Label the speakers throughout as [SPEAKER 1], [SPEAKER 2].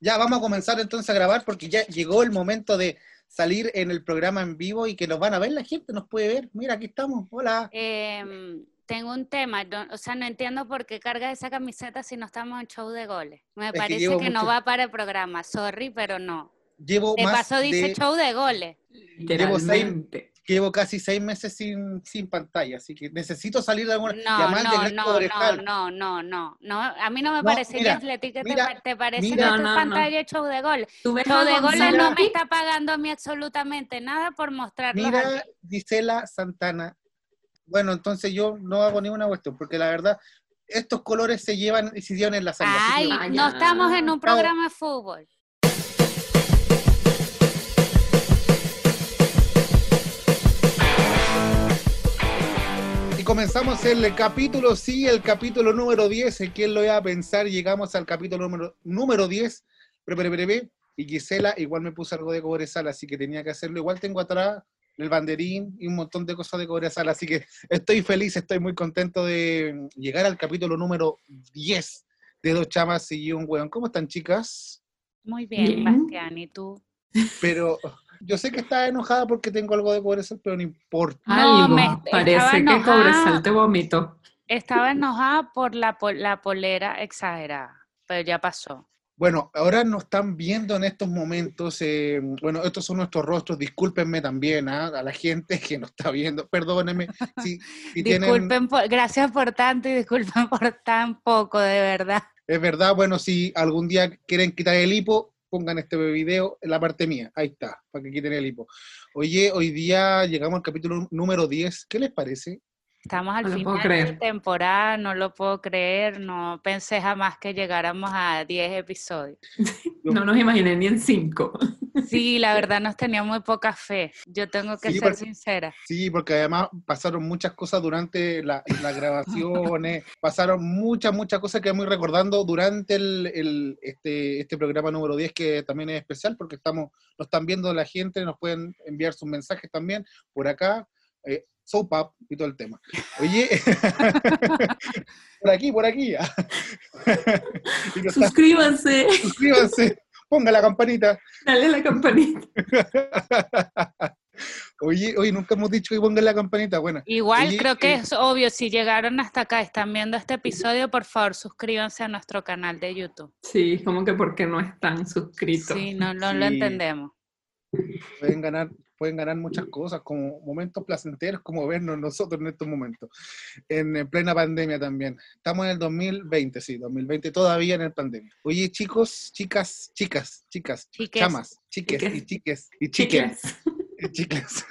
[SPEAKER 1] Ya vamos a comenzar entonces a grabar porque ya llegó el momento de salir en el programa en vivo y que nos van a ver la gente, nos puede ver. Mira, aquí estamos. Hola.
[SPEAKER 2] Eh, tengo un tema, no- o sea, no entiendo por qué carga esa camiseta si no estamos en show de goles. Me
[SPEAKER 1] Es que
[SPEAKER 2] parece que,
[SPEAKER 1] llevo
[SPEAKER 2] no
[SPEAKER 1] mucho-
[SPEAKER 2] va para el programa, sorry, pero no.
[SPEAKER 1] Llevo
[SPEAKER 2] De
[SPEAKER 1] más
[SPEAKER 2] paso dice
[SPEAKER 1] de-
[SPEAKER 2] show de goles.
[SPEAKER 1] Literalmente.
[SPEAKER 3] Literalmente.
[SPEAKER 1] llevo casi seis meses sin, sin pantalla, así que necesito salir de alguna.
[SPEAKER 2] No,
[SPEAKER 1] y además de
[SPEAKER 2] no,
[SPEAKER 1] Ernesto
[SPEAKER 2] no, no,
[SPEAKER 1] Brejal.
[SPEAKER 2] no, no, no, no. A mí no me
[SPEAKER 1] No,
[SPEAKER 2] parece
[SPEAKER 1] mira,
[SPEAKER 2] que Atleti que te
[SPEAKER 1] mira,
[SPEAKER 2] pa- te, parece
[SPEAKER 1] mira.
[SPEAKER 2] que
[SPEAKER 3] No,
[SPEAKER 2] esto es
[SPEAKER 3] no, no.
[SPEAKER 2] pantalla show de gol.
[SPEAKER 3] Tú ves
[SPEAKER 2] Show
[SPEAKER 3] a
[SPEAKER 2] de goles
[SPEAKER 3] Gonzalo
[SPEAKER 2] no me
[SPEAKER 3] aquí,
[SPEAKER 2] está pagando a mí absolutamente nada por mostrar los
[SPEAKER 1] Mira,
[SPEAKER 2] archivos.
[SPEAKER 1] Gisela Santana. Bueno, entonces yo no hago ninguna cuestión, porque la verdad, estos colores se llevan y se llevan en la sangre. así
[SPEAKER 2] Ay,
[SPEAKER 1] que-
[SPEAKER 3] Ah,
[SPEAKER 2] no
[SPEAKER 3] ya.
[SPEAKER 2] estamos en un
[SPEAKER 1] Chao.
[SPEAKER 2] programa de fútbol.
[SPEAKER 1] Y comenzamos el capítulo, sí, el capítulo número 10. ¿eh? ¿Quién lo iba a pensar? Llegamos al capítulo número, número 10. Pre, pre, pre, pre. Y Gisela igual me puso algo de cobresal, así que tenía que hacerlo. Igual tengo atrás el banderín y un montón de cosas de cobresal, así que estoy feliz, estoy muy contento de llegar al capítulo número 10 de Dos Chamas y un Hueón. ¿Cómo están, chicas?
[SPEAKER 2] Muy bien,
[SPEAKER 3] Bien.
[SPEAKER 2] Bastián, ¿y tú?
[SPEAKER 1] Pero yo sé que está enojada porque tengo algo de cobresal, pero no importa.
[SPEAKER 2] No,
[SPEAKER 3] Algo,
[SPEAKER 2] me- estaba
[SPEAKER 3] parece que
[SPEAKER 2] enojada.
[SPEAKER 3] Cobresal te vomitó.
[SPEAKER 2] Estaba enojada por la, pol- la polera exagerada, pero ya pasó.
[SPEAKER 1] Bueno, ahora nos están viendo en estos momentos, eh, bueno, estos son nuestros rostros, discúlpenme también ¿ah? a la gente que nos está viendo, perdónenme. Si, si tienen,
[SPEAKER 2] Disculpen, por- gracias por tanto y disculpen por tan poco, de verdad.
[SPEAKER 1] es verdad, bueno, si algún día quieren quitar el hipo, pongan este video en la parte mía, ahí está, para que quiten el hipo. Oye, hoy día llegamos al capítulo número 10, ¿qué les parece?
[SPEAKER 2] Estamos al
[SPEAKER 3] No lo puedo
[SPEAKER 2] final de
[SPEAKER 3] creer.
[SPEAKER 2] temporada, no lo puedo creer, no pensé jamás que llegáramos a 10 episodios.
[SPEAKER 3] No nos imaginé ni en cinco.
[SPEAKER 2] Sí, la verdad nos tenía muy poca fe, yo tengo que
[SPEAKER 1] Sí,
[SPEAKER 2] ser
[SPEAKER 1] porque-
[SPEAKER 2] sincera.
[SPEAKER 1] Sí, porque además pasaron muchas cosas durante la- las grabaciones, pasaron muchas, muchas cosas que vamos a ir recordando durante el, el- este, este programa número 10, que también es especial porque estamos, nos están viendo la gente, nos pueden enviar sus mensajes también por acá, eh, soap up y todo el tema. Oye, por aquí, por aquí. ah. Y nos están-
[SPEAKER 3] Suscríbanse,
[SPEAKER 1] suscríbanse, pongan la campanita.
[SPEAKER 3] dale a la campanita.
[SPEAKER 1] Oye, oye, nunca hemos dicho que pongan la campanita, bueno.
[SPEAKER 2] Igual
[SPEAKER 1] Oye,
[SPEAKER 2] creo
[SPEAKER 1] eh,
[SPEAKER 2] que es obvio, si llegaron hasta acá, están viendo este episodio, por favor suscríbanse a nuestro canal de YouTube.
[SPEAKER 3] Sí, es como que porque no están suscritos.
[SPEAKER 2] Sí, no, no lo
[SPEAKER 1] Sí.
[SPEAKER 2] entendemos.
[SPEAKER 1] pueden ganar, pueden ganar muchas cosas, como momentos placenteros, como vernos nosotros en estos momentos, en, eh, plena pandemia también. Estamos en el 2020, sí, 2020 todavía en el pandemia. Oye, chicos, chicas, chicas, chicas,
[SPEAKER 2] Chiques.
[SPEAKER 1] chamas, chiques, y
[SPEAKER 3] Chiques.
[SPEAKER 1] chiques, y chiques,
[SPEAKER 3] Chiques,
[SPEAKER 1] y chicas.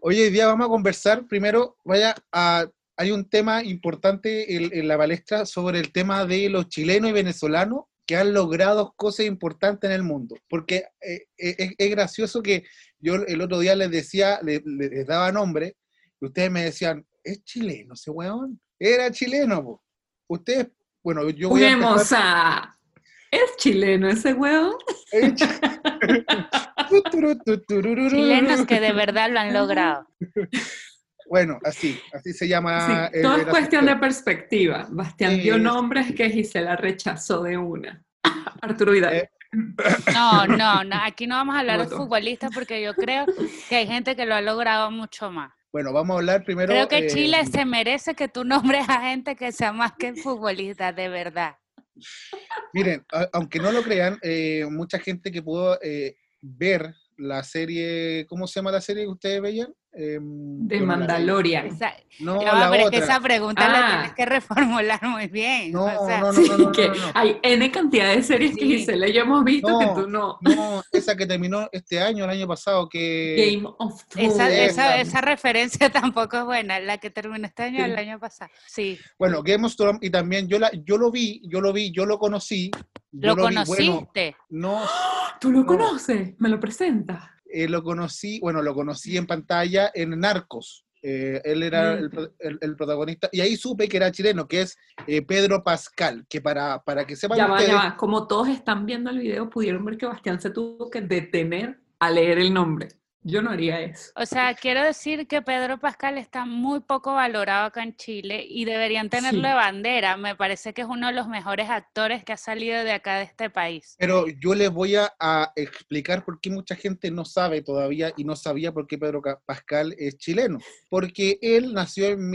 [SPEAKER 1] Oye, hoy día vamos a conversar primero, vaya a... Hay un tema importante en, en la palestra sobre el tema de los chilenos y venezolanos que han logrado cosas importantes en el mundo. Porque eh, eh, es, es gracioso que yo el otro día les decía, le- le- les daba nombre, y ustedes me decían, es chileno ese weón, era chileno. po". Ustedes, bueno, yo voy a empezar-
[SPEAKER 3] juguemos a... ¿Es chileno ese huevo?
[SPEAKER 1] Es chi- Tuturu, tuturururu.
[SPEAKER 2] Chilenos que de verdad lo han logrado.
[SPEAKER 1] Bueno, así, así se llama.
[SPEAKER 3] Sí,
[SPEAKER 1] el-
[SPEAKER 3] todo es
[SPEAKER 1] el
[SPEAKER 3] cuestión de
[SPEAKER 1] asunto.
[SPEAKER 3] perspectiva. Bastián dio
[SPEAKER 1] Sí.
[SPEAKER 3] nombres que Gisela rechazó de una. Arturo Vidal.
[SPEAKER 1] Eh,
[SPEAKER 2] No, no, no, aquí no vamos a hablar de
[SPEAKER 3] Voto.
[SPEAKER 2] futbolistas porque yo creo que hay gente que lo ha logrado mucho más.
[SPEAKER 1] Bueno, vamos a hablar primero.
[SPEAKER 2] creo que
[SPEAKER 1] eh,
[SPEAKER 2] Chile se merece que tú nombres a gente que sea más que futbolista, de verdad.
[SPEAKER 1] Miren, a- aunque no lo crean, eh, mucha gente que pudo eh, ver la serie, ¿cómo se llama la serie que ustedes veían? Em,
[SPEAKER 3] de
[SPEAKER 1] bueno, la-
[SPEAKER 3] Mandalorian.
[SPEAKER 2] Esa,
[SPEAKER 1] No,
[SPEAKER 2] ya va,
[SPEAKER 1] la
[SPEAKER 2] pero es que
[SPEAKER 1] otra.
[SPEAKER 2] esa pregunta
[SPEAKER 3] Ah.
[SPEAKER 2] la tienes que reformular muy bien.
[SPEAKER 1] No,
[SPEAKER 2] o sea,
[SPEAKER 1] no, no,
[SPEAKER 3] Sí,
[SPEAKER 1] no, no, no,
[SPEAKER 3] que
[SPEAKER 1] no, no.
[SPEAKER 3] hay N cantidad de series que
[SPEAKER 2] Sí.
[SPEAKER 3] Gisela y yo hemos visto
[SPEAKER 1] No.
[SPEAKER 3] que tú no.
[SPEAKER 1] No, esa que terminó este año, el año pasado, que...
[SPEAKER 3] Game of Thrones.
[SPEAKER 2] Esa, esa,
[SPEAKER 1] Puta.
[SPEAKER 2] esa referencia tampoco es buena, la que terminó este año, el
[SPEAKER 3] Sí.
[SPEAKER 2] año pasado. Sí,
[SPEAKER 1] Bueno, Game of Thrones, y también yo, la, yo lo vi, yo lo vi, yo lo conocí. yo
[SPEAKER 2] lo,
[SPEAKER 1] vi,
[SPEAKER 2] conociste.
[SPEAKER 1] bueno, no,
[SPEAKER 3] ¿Tú lo
[SPEAKER 1] No.
[SPEAKER 3] conoces? ¿Me lo presentas?
[SPEAKER 1] eh, lo conocí, bueno, lo conocí en pantalla en Narcos. Eh, él era
[SPEAKER 3] Mm.
[SPEAKER 1] el, pro- el- el protagonista y ahí supe que era chileno, que es eh, Pedro Pascal, que para, para que sepan
[SPEAKER 3] Ya va,
[SPEAKER 1] ustedes,
[SPEAKER 3] ya va. Como todos están viendo el video, pudieron ver que Bastián se tuvo que detener a leer el nombre. Yo no haría eso.
[SPEAKER 2] O sea, quiero decir que Pedro Pascal está muy poco valorado acá en Chile y deberían tenerlo
[SPEAKER 3] Sí.
[SPEAKER 2] de bandera. Me parece que es uno de los mejores actores que ha salido de acá de este país.
[SPEAKER 1] Pero yo les voy a, a explicar por qué mucha gente no sabe todavía y no sabía por qué Pedro Ca- Pascal es chileno. Porque él nació en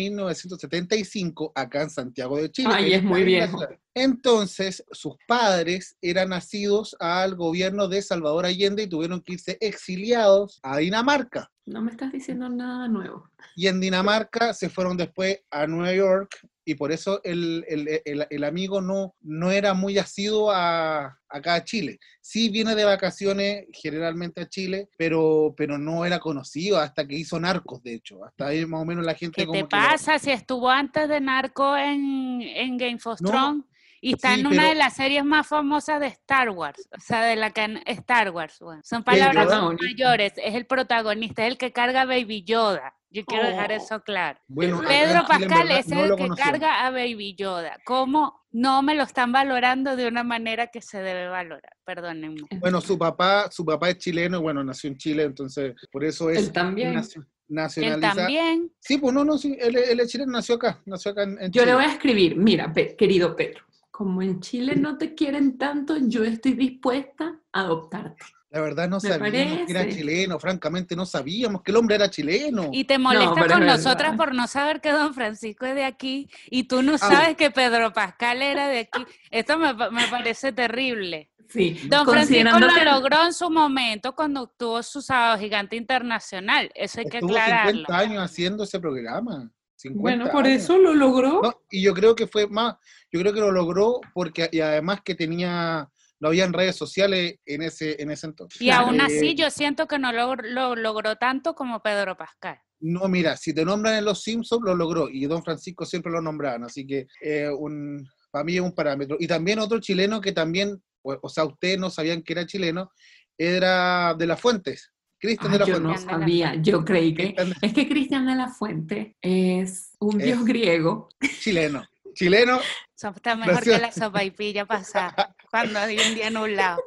[SPEAKER 1] 1975 acá en Santiago de Chile.
[SPEAKER 3] Ay,
[SPEAKER 1] Él
[SPEAKER 3] es muy
[SPEAKER 1] está en la
[SPEAKER 3] viejo.
[SPEAKER 1] ciudad. Entonces, sus padres eran nacidos al gobierno de Salvador Allende y tuvieron que irse exiliados a Dinamarca.
[SPEAKER 3] No me estás diciendo nada nuevo.
[SPEAKER 1] Y en Dinamarca se fueron después a Nueva York y por eso el, el- el- el amigo no, no era muy asiduo a, acá a Chile. Sí viene de vacaciones generalmente a Chile, pero, pero no era conocido hasta que hizo Narcos, de hecho. Hasta ahí más o menos la gente...
[SPEAKER 2] ¿Qué
[SPEAKER 1] como
[SPEAKER 2] te
[SPEAKER 1] que-
[SPEAKER 2] pasa? Si estuvo antes de Narco en, en Game of
[SPEAKER 1] No,
[SPEAKER 2] Thrones y está
[SPEAKER 1] sí,
[SPEAKER 2] en una de
[SPEAKER 1] pero-
[SPEAKER 2] las series más famosas de Star Wars. O sea, de la can Star Wars. bueno, son
[SPEAKER 1] Pero-
[SPEAKER 2] palabras
[SPEAKER 3] Protagonista.
[SPEAKER 2] mayores. Es el protagonista, es el que carga a Baby Yoda. Yo quiero dejar
[SPEAKER 3] Oh.
[SPEAKER 2] eso claro.
[SPEAKER 1] Bueno, acá en
[SPEAKER 2] Pedro
[SPEAKER 1] Chile, en
[SPEAKER 2] Pascal
[SPEAKER 1] verdad,
[SPEAKER 2] es
[SPEAKER 1] no
[SPEAKER 2] el
[SPEAKER 1] lo
[SPEAKER 2] que
[SPEAKER 1] conocían.
[SPEAKER 2] carga a Baby Yoda. ¿Cómo no me lo están valorando de una manera que se debe valorar? Perdónenme.
[SPEAKER 1] Bueno, su papá, su papá es chileno y bueno, nació en Chile, entonces por eso es
[SPEAKER 3] Él también.
[SPEAKER 1] nacio-
[SPEAKER 2] Él
[SPEAKER 1] nacionaliza-
[SPEAKER 2] también.
[SPEAKER 1] Sí, pues no, no, sí, él, él es chileno, nació acá, nació acá en, en
[SPEAKER 3] Yo
[SPEAKER 1] Chile.
[SPEAKER 3] le voy a escribir, mira, Pe- querido Pedro, como en Chile no te quieren tanto, yo estoy dispuesta a adoptarte.
[SPEAKER 1] La verdad no
[SPEAKER 3] Me
[SPEAKER 1] sabíamos que era
[SPEAKER 3] parece.
[SPEAKER 1] chileno, francamente no sabíamos que el hombre era chileno.
[SPEAKER 2] Y te molesta
[SPEAKER 3] pero es
[SPEAKER 2] con
[SPEAKER 3] verdad.
[SPEAKER 2] nosotras por no saber que Don Francisco es de aquí y tú
[SPEAKER 1] Ah,
[SPEAKER 2] no sabes que Pedro Pascal era de aquí. Esto me, pa- me parece terrible.
[SPEAKER 3] Sí,
[SPEAKER 2] Don Francisco
[SPEAKER 3] considerando
[SPEAKER 2] lo
[SPEAKER 3] que-
[SPEAKER 2] logró en su momento cuando tuvo su sábado gigante internacional. Eso hay que
[SPEAKER 1] Estuvo
[SPEAKER 2] aclararlo.
[SPEAKER 1] 50 años haciendo ese programa. 50
[SPEAKER 3] Bueno, por
[SPEAKER 1] años.
[SPEAKER 3] eso lo logró.
[SPEAKER 1] No, y yo creo que fue más, yo creo que lo logró porque y además que tenía, no había en redes sociales en ese, en ese entonces.
[SPEAKER 2] Y aún
[SPEAKER 1] Eh,
[SPEAKER 2] así yo siento que no lo, lo logró tanto como Pedro Pascal.
[SPEAKER 1] No, mira, si te nombran en Los Simpsons, lo logró. Y Don Francisco siempre lo nombraban. Así que eh, un, para mí es un parámetro. Y también otro chileno que también, o, o sea, ustedes no sabían que era chileno, era de las Fuentes. Cristian
[SPEAKER 3] Ah,
[SPEAKER 1] de las
[SPEAKER 3] yo
[SPEAKER 1] Fuentes.
[SPEAKER 3] no
[SPEAKER 2] Fuente.
[SPEAKER 3] sabía, yo creí que...
[SPEAKER 1] Cristian
[SPEAKER 3] Es que Cristian de la Fuente es un
[SPEAKER 1] Es-
[SPEAKER 3] dios griego.
[SPEAKER 1] Chileno. Chileno,
[SPEAKER 2] So- Está mejor
[SPEAKER 1] Gracias.
[SPEAKER 2] que la sopaipilla pasada, cuando había un día nublado.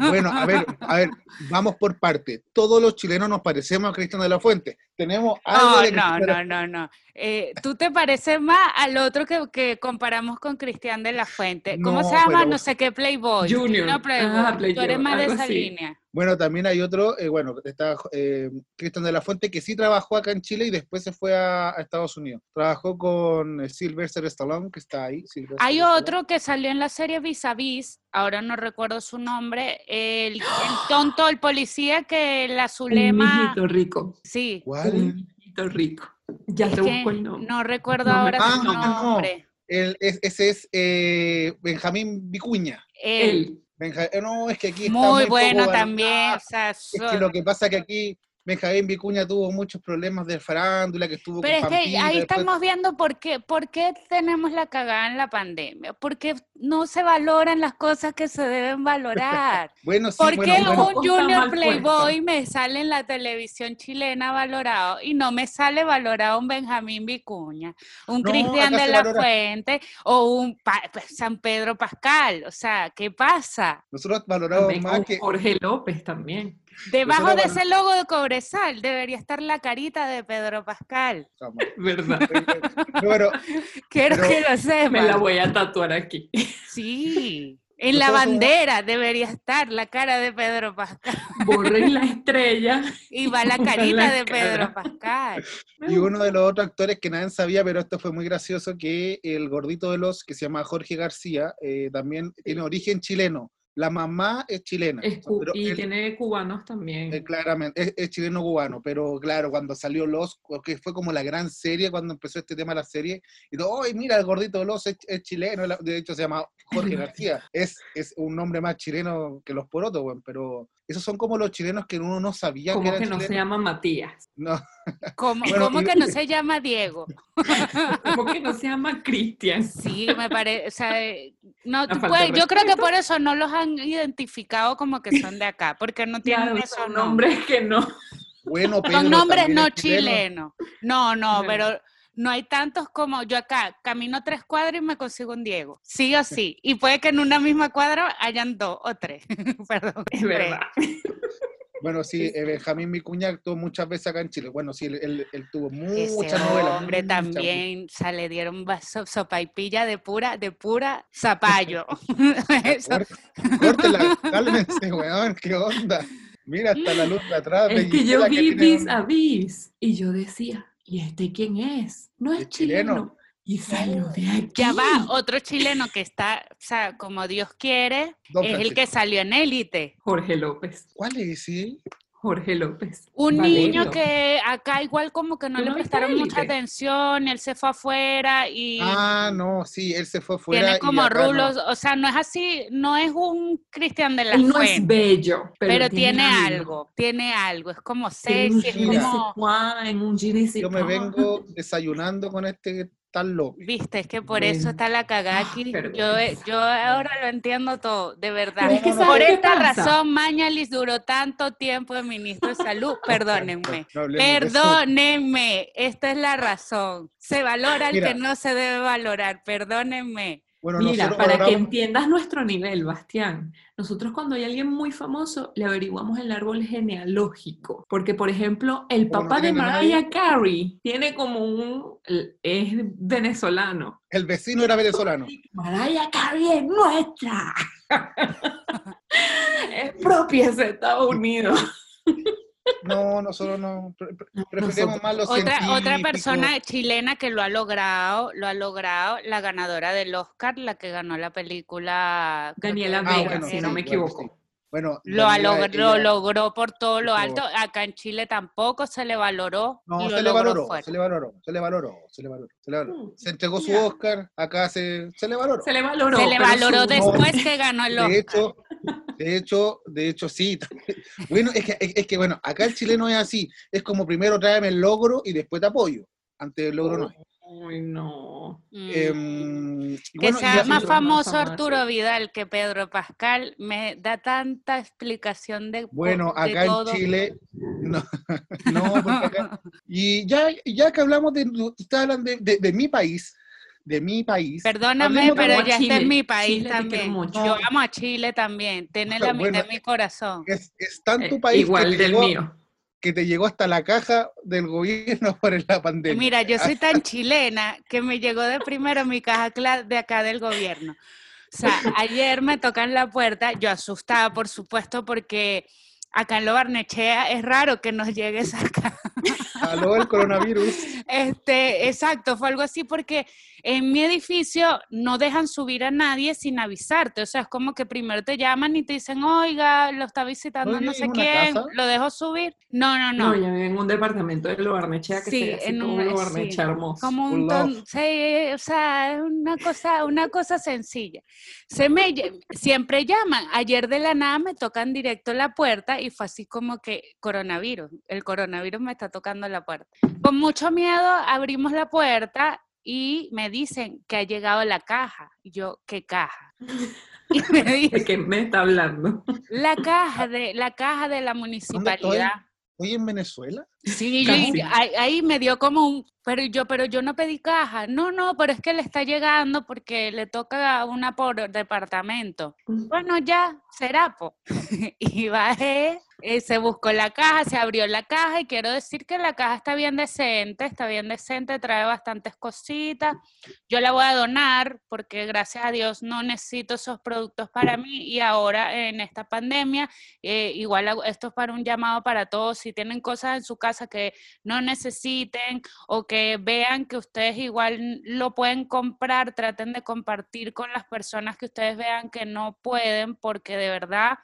[SPEAKER 1] Bueno, a ver, a ver, vamos por parte. Todos los chilenos nos parecemos a Cristian de la Fuente. Tenemos algo
[SPEAKER 2] No,
[SPEAKER 1] de
[SPEAKER 2] Oh, no,
[SPEAKER 1] Cristian de la-
[SPEAKER 2] no, no, no. Eh, Tú te pareces más al otro que, que comparamos con Cristian de la Fuente. ¿Cómo se
[SPEAKER 1] No,
[SPEAKER 2] llama?
[SPEAKER 1] pero-
[SPEAKER 2] No sé qué Playboy.
[SPEAKER 3] Junior.
[SPEAKER 2] No, Playboy.
[SPEAKER 3] Ah,
[SPEAKER 2] Tú eres
[SPEAKER 3] Playboy,
[SPEAKER 2] más de
[SPEAKER 3] algo
[SPEAKER 2] esa
[SPEAKER 3] así.
[SPEAKER 2] línea.
[SPEAKER 1] Bueno, también hay otro, eh, bueno, está eh, Cristian de la Fuente que sí trabajó acá en Chile y después se fue a, a Estados Unidos. Trabajó con eh, Sylvester Stallone, que está ahí. Sylvester
[SPEAKER 2] Hay
[SPEAKER 1] Stallone.
[SPEAKER 2] otro que salió en la serie Vis a Vis, ahora no recuerdo su nombre, el, el tonto, el policía que la
[SPEAKER 3] Un
[SPEAKER 2] Zulema...
[SPEAKER 3] mijito rico.
[SPEAKER 2] Sí,
[SPEAKER 1] ¿Cuál?
[SPEAKER 3] Un mijito rico. Ya
[SPEAKER 2] es
[SPEAKER 3] te
[SPEAKER 2] que
[SPEAKER 3] busco el nombre.
[SPEAKER 2] no recuerdo
[SPEAKER 3] No me-
[SPEAKER 2] ahora
[SPEAKER 1] Ah,
[SPEAKER 2] su
[SPEAKER 1] no, no.
[SPEAKER 2] nombre.
[SPEAKER 1] El- es- ese es eh, Benjamín Vicuña.
[SPEAKER 2] Él.
[SPEAKER 3] Él.
[SPEAKER 1] Benja- eh, no, es que aquí está
[SPEAKER 2] Muy
[SPEAKER 1] poco
[SPEAKER 2] bueno
[SPEAKER 1] valorado.
[SPEAKER 2] también. o sea,
[SPEAKER 1] Es
[SPEAKER 2] so-
[SPEAKER 1] que lo que pasa es que aquí Benjamín Vicuña tuvo muchos problemas de farándula, que estuvo
[SPEAKER 2] Pero es
[SPEAKER 1] con
[SPEAKER 2] que
[SPEAKER 1] Pampita,
[SPEAKER 2] ahí
[SPEAKER 1] después-
[SPEAKER 2] estamos viendo por qué, por qué tenemos la cagada en la pandemia, por qué no se valoran las cosas que se deben valorar,
[SPEAKER 1] Bueno, sí,
[SPEAKER 2] por
[SPEAKER 1] bueno,
[SPEAKER 2] qué
[SPEAKER 1] bueno.
[SPEAKER 2] un
[SPEAKER 3] Tampoco está
[SPEAKER 2] Junior
[SPEAKER 3] mal
[SPEAKER 2] Playboy me sale en la televisión chilena valorado y no me sale valorado un Benjamín Vicuña, un
[SPEAKER 1] No,
[SPEAKER 2] Cristian
[SPEAKER 1] acá
[SPEAKER 2] de
[SPEAKER 1] se
[SPEAKER 2] la
[SPEAKER 1] valora.
[SPEAKER 2] Fuente o un Pa- San Pedro Pascal, o sea, ¿qué pasa?
[SPEAKER 1] Nosotros
[SPEAKER 3] También
[SPEAKER 1] valoramos más
[SPEAKER 3] con
[SPEAKER 1] que.
[SPEAKER 3] Jorge López también.
[SPEAKER 2] Debajo de
[SPEAKER 1] valora.
[SPEAKER 2] ese logo de Cobresal debería estar la carita de Pedro Pascal.
[SPEAKER 1] Vamos.
[SPEAKER 3] ¿Verdad?
[SPEAKER 1] Pero
[SPEAKER 2] Quiero
[SPEAKER 1] Pero
[SPEAKER 2] que lo sepan.
[SPEAKER 3] Me la voy a tatuar aquí.
[SPEAKER 2] Sí, en la
[SPEAKER 1] Nosotros somos-
[SPEAKER 2] bandera debería estar la cara de Pedro Pascal
[SPEAKER 3] Borren la estrella.
[SPEAKER 2] y va la
[SPEAKER 3] Va la
[SPEAKER 2] carita de Pedro
[SPEAKER 3] cara.
[SPEAKER 2] Pascal.
[SPEAKER 1] y uno de los otros actores que nadie sabía, pero esto fue muy gracioso, que el gordito de los, que se llama Jorge García, eh, también tiene origen chileno. La mamá es chilena.
[SPEAKER 3] Es cu-
[SPEAKER 1] pero
[SPEAKER 3] y
[SPEAKER 1] él-
[SPEAKER 3] tiene cubanos también.
[SPEAKER 1] Eh, claramente, es, es chileno-cubano, pero claro, cuando salió Los, que fue como la gran serie, cuando empezó este tema de la serie, y todo, ¡ay, mira, el gordito Los es, es chileno! la- De hecho, se llama Jorge García. Es, es un nombre más chileno que los porotos, weón, pero esos son como los chilenos que uno no sabía que
[SPEAKER 3] Como
[SPEAKER 1] eran
[SPEAKER 3] que no se
[SPEAKER 1] chilenos.
[SPEAKER 3] llama Matías.
[SPEAKER 1] No,
[SPEAKER 2] ¿Cómo,
[SPEAKER 1] Bueno,
[SPEAKER 2] cómo
[SPEAKER 1] y-
[SPEAKER 2] que no se llama Diego?
[SPEAKER 3] Como que no se llama Cristian.
[SPEAKER 2] Sí, me parece, o sea, eh, no,
[SPEAKER 3] Una
[SPEAKER 2] tú
[SPEAKER 3] falta de
[SPEAKER 2] puedes- yo creo que por eso no los han identificado como que son de acá, porque no tienen
[SPEAKER 3] Claro,
[SPEAKER 2] esos
[SPEAKER 3] son
[SPEAKER 2] nombres.
[SPEAKER 3] nombres que no.
[SPEAKER 1] bueno, pero
[SPEAKER 2] Son nombres
[SPEAKER 1] también
[SPEAKER 2] no
[SPEAKER 1] es chileno.
[SPEAKER 2] chilenos. No, no,
[SPEAKER 3] Claro.
[SPEAKER 2] pero no hay tantos como yo acá. Camino tres cuadras y me consigo un Diego. Sí o sí. Y puede que en una misma cuadra hayan dos o tres. Perdón.
[SPEAKER 3] Es
[SPEAKER 2] tres.
[SPEAKER 3] verdad.
[SPEAKER 1] Bueno, sí, eh, Benjamín Micuñac actuó muchas veces acá en Chile. Bueno, sí, él, él- él tuvo
[SPEAKER 2] Ese
[SPEAKER 1] muchas novelas.
[SPEAKER 2] hombre
[SPEAKER 1] muchas,
[SPEAKER 2] también, o sea, le dieron vaso- sopaipilla de pura, de pura zapallo. Eso,
[SPEAKER 1] Córtela, Córtela, cálmense, weón, qué onda. Mira hasta la luz de atrás.
[SPEAKER 3] Es que yo
[SPEAKER 1] Gisela,
[SPEAKER 3] vi
[SPEAKER 1] tiene un-
[SPEAKER 3] vis a vis y yo decía, ¿y este quién es? No es,
[SPEAKER 1] Es chileno.
[SPEAKER 3] chileno. Y salió de aquí.
[SPEAKER 2] Oh, ya va, otro chileno que está, o sea, como Dios quiere,
[SPEAKER 1] Don
[SPEAKER 2] es el
[SPEAKER 1] Francisco.
[SPEAKER 2] que salió en élite.
[SPEAKER 3] Jorge López.
[SPEAKER 1] ¿Cuál es ese?
[SPEAKER 3] Jorge López.
[SPEAKER 2] Un niño
[SPEAKER 3] Valerio.
[SPEAKER 2] que acá igual como que no
[SPEAKER 3] ¿Tú
[SPEAKER 2] le
[SPEAKER 3] no viste
[SPEAKER 2] prestaron mucha
[SPEAKER 3] Élite?
[SPEAKER 2] atención, él se fue afuera y
[SPEAKER 1] Ah, no, sí, él se fue fuera.
[SPEAKER 2] tiene
[SPEAKER 1] y
[SPEAKER 2] como
[SPEAKER 1] acá no.
[SPEAKER 2] rulos, o sea, no es así, no es un Cristian de la
[SPEAKER 3] Él no es
[SPEAKER 2] Fuente,
[SPEAKER 3] bello, pero,
[SPEAKER 2] pero tiene algo, tiene algo, es como
[SPEAKER 3] Tiene un
[SPEAKER 2] sexy, es
[SPEAKER 1] Mira.
[SPEAKER 2] como...
[SPEAKER 3] en un Gilles
[SPEAKER 1] Yo me vengo desayunando con este tal loco.
[SPEAKER 2] Viste, es que por
[SPEAKER 3] Bueno.
[SPEAKER 2] eso está la cagada
[SPEAKER 3] Ah,
[SPEAKER 2] aquí.
[SPEAKER 3] perdón.
[SPEAKER 2] Yo, eh, yo ahora lo entiendo todo, de verdad.
[SPEAKER 3] Pero es que ¿sabes
[SPEAKER 2] por
[SPEAKER 3] qué
[SPEAKER 2] esta
[SPEAKER 3] pasa?
[SPEAKER 2] razón, Mañalis duró tanto tiempo de ministro de salud. Perdónenme.
[SPEAKER 1] No hablemos de eso.
[SPEAKER 2] Perdónenme. Esta es la razón. Se valora el
[SPEAKER 1] Mira.
[SPEAKER 2] que no se debe valorar. Perdónenme.
[SPEAKER 1] Bueno,
[SPEAKER 3] Mira,
[SPEAKER 1] nosotros
[SPEAKER 3] para que
[SPEAKER 1] valoramos-
[SPEAKER 3] entiendas nuestro nivel, Bastián, nosotros cuando hay alguien muy famoso le averiguamos el árbol genealógico, porque por ejemplo, el
[SPEAKER 1] Como no
[SPEAKER 3] papá de
[SPEAKER 1] tiene nadie.
[SPEAKER 3] Mariah Carey tiene como un es venezolano.
[SPEAKER 1] el vecino era venezolano.
[SPEAKER 3] Mariah Carey es nuestra. es propia de Estados Unidos.
[SPEAKER 1] No, nosotros no. pre- pre- Preferimos
[SPEAKER 3] Nosotros.
[SPEAKER 1] más los
[SPEAKER 2] Otra, otra
[SPEAKER 1] científicos.
[SPEAKER 2] persona chilena que lo ha logrado, lo ha logrado, la ganadora del Oscar, la que ganó la película. creo que
[SPEAKER 3] Daniela
[SPEAKER 2] era
[SPEAKER 1] Ah,
[SPEAKER 3] Vega,
[SPEAKER 1] bueno,
[SPEAKER 3] si
[SPEAKER 1] sí,
[SPEAKER 3] no me
[SPEAKER 1] bueno,
[SPEAKER 3] equivoco.
[SPEAKER 1] sí. Bueno,
[SPEAKER 2] Lo, ha
[SPEAKER 1] Daniela,
[SPEAKER 2] logr- lo
[SPEAKER 1] ella-
[SPEAKER 2] logró por todo lo
[SPEAKER 1] lo
[SPEAKER 2] alto. Acá en Chile tampoco se le valoró.
[SPEAKER 1] No,
[SPEAKER 2] y lo
[SPEAKER 1] se le,
[SPEAKER 2] logró
[SPEAKER 1] valoró,
[SPEAKER 2] fuera.
[SPEAKER 1] se le valoró, se le valoró, se le valoró, se le valoró.
[SPEAKER 3] Mm,
[SPEAKER 1] Se entregó su
[SPEAKER 3] mira.
[SPEAKER 1] Oscar, acá se, se le valoró.
[SPEAKER 3] Se le valoró.
[SPEAKER 2] Se le
[SPEAKER 3] pero
[SPEAKER 2] valoró
[SPEAKER 3] su-
[SPEAKER 2] después que ganó el
[SPEAKER 1] De
[SPEAKER 2] Oscar.
[SPEAKER 1] hecho, de hecho, de hecho, sí. Bueno, es que, es, es que bueno, acá el chileno es así. Es como primero tráeme el logro y después te apoyo. Antes del logro no hay.
[SPEAKER 3] Ay, no.
[SPEAKER 2] Mm.
[SPEAKER 1] Em, y
[SPEAKER 2] que
[SPEAKER 1] bueno, y
[SPEAKER 2] sea
[SPEAKER 1] así-
[SPEAKER 2] más
[SPEAKER 3] Arturo
[SPEAKER 2] famoso
[SPEAKER 3] Massa,
[SPEAKER 2] Arturo Vidal que Pedro Pascal, me da tanta explicación de,
[SPEAKER 1] Bueno,
[SPEAKER 2] de
[SPEAKER 1] acá en
[SPEAKER 2] todo.
[SPEAKER 1] Chile, no, no, porque acá- y ya, ya que hablamos de, ustedes hablan de, de- de mi país, de mi país,
[SPEAKER 2] Perdóname,
[SPEAKER 1] Hablemos de
[SPEAKER 2] pero
[SPEAKER 3] Amo a
[SPEAKER 2] ya está
[SPEAKER 3] Chile.
[SPEAKER 2] en mi país
[SPEAKER 3] Chile, te
[SPEAKER 2] también.
[SPEAKER 3] quiero mucho.
[SPEAKER 2] Yo amo a Chile también. Tiene la mitad
[SPEAKER 1] Bueno,
[SPEAKER 2] de mi corazón.
[SPEAKER 1] es, es tan tu
[SPEAKER 3] Eh,
[SPEAKER 1] país
[SPEAKER 3] Igual
[SPEAKER 1] que, te
[SPEAKER 3] del
[SPEAKER 1] llegó,
[SPEAKER 3] mío.
[SPEAKER 1] que te llegó hasta la caja del gobierno por la pandemia.
[SPEAKER 2] Mira, yo soy tan chilena que me llegó de primero mi caja cla- de acá del gobierno. O sea, ayer me tocan la puerta, yo asustada, por supuesto, porque acá en Lo Barnechea es raro que nos llegue esa caja.
[SPEAKER 1] Aló el coronavirus.
[SPEAKER 2] Este, exacto, fue algo así porque en mi edificio no dejan subir a nadie sin avisarte. O sea, es como que primero te llaman y te dicen, oiga, lo está visitando
[SPEAKER 1] Oye,
[SPEAKER 2] no
[SPEAKER 1] ¿y
[SPEAKER 2] sé
[SPEAKER 1] una
[SPEAKER 2] quién,
[SPEAKER 1] casa?
[SPEAKER 2] lo dejo subir. No, no,
[SPEAKER 3] No,
[SPEAKER 2] no.
[SPEAKER 3] ya vive en un departamento de Lobarnechea que
[SPEAKER 2] Sí,
[SPEAKER 3] se ve así
[SPEAKER 2] en
[SPEAKER 3] como
[SPEAKER 2] un-
[SPEAKER 3] un
[SPEAKER 2] sí.
[SPEAKER 3] Lobarnechea hermoso.
[SPEAKER 2] como un
[SPEAKER 1] Full
[SPEAKER 2] ton-
[SPEAKER 1] love.
[SPEAKER 2] sí, o sea, es una cosa, una cosa sencilla. Se me lle- siempre llaman. Ayer de la nada me tocan directo la puerta y fue así como que coronavirus, el coronavirus me está tocando la puerta. Con mucho miedo abrimos la puerta y me dicen que ha llegado la caja. Y yo, ¿qué caja? Y me
[SPEAKER 3] ¿De
[SPEAKER 2] dicen,
[SPEAKER 3] qué me está hablando?
[SPEAKER 2] la caja de la caja de la municipalidad.
[SPEAKER 1] Hoy en Venezuela.
[SPEAKER 2] Sí, yo-
[SPEAKER 3] Casi.
[SPEAKER 2] ahí, ahí me dio como un, pero yo, pero yo no pedí caja. No, no, pero es que le está llegando porque le toca a una por departamento. Bueno, ya, será po. y bajé, eh, se buscó la caja, se abrió la caja y quiero decir que la caja está bien decente, está bien decente, trae bastantes cositas. Yo la voy a donar porque gracias a Dios no necesito esos productos para mí y ahora en esta pandemia eh, igual hago- esto es para un llamado para todos, si tienen cosas en su casa que no necesiten o que vean que ustedes igual lo pueden comprar, traten de compartir con las personas que ustedes vean que no pueden, porque de verdad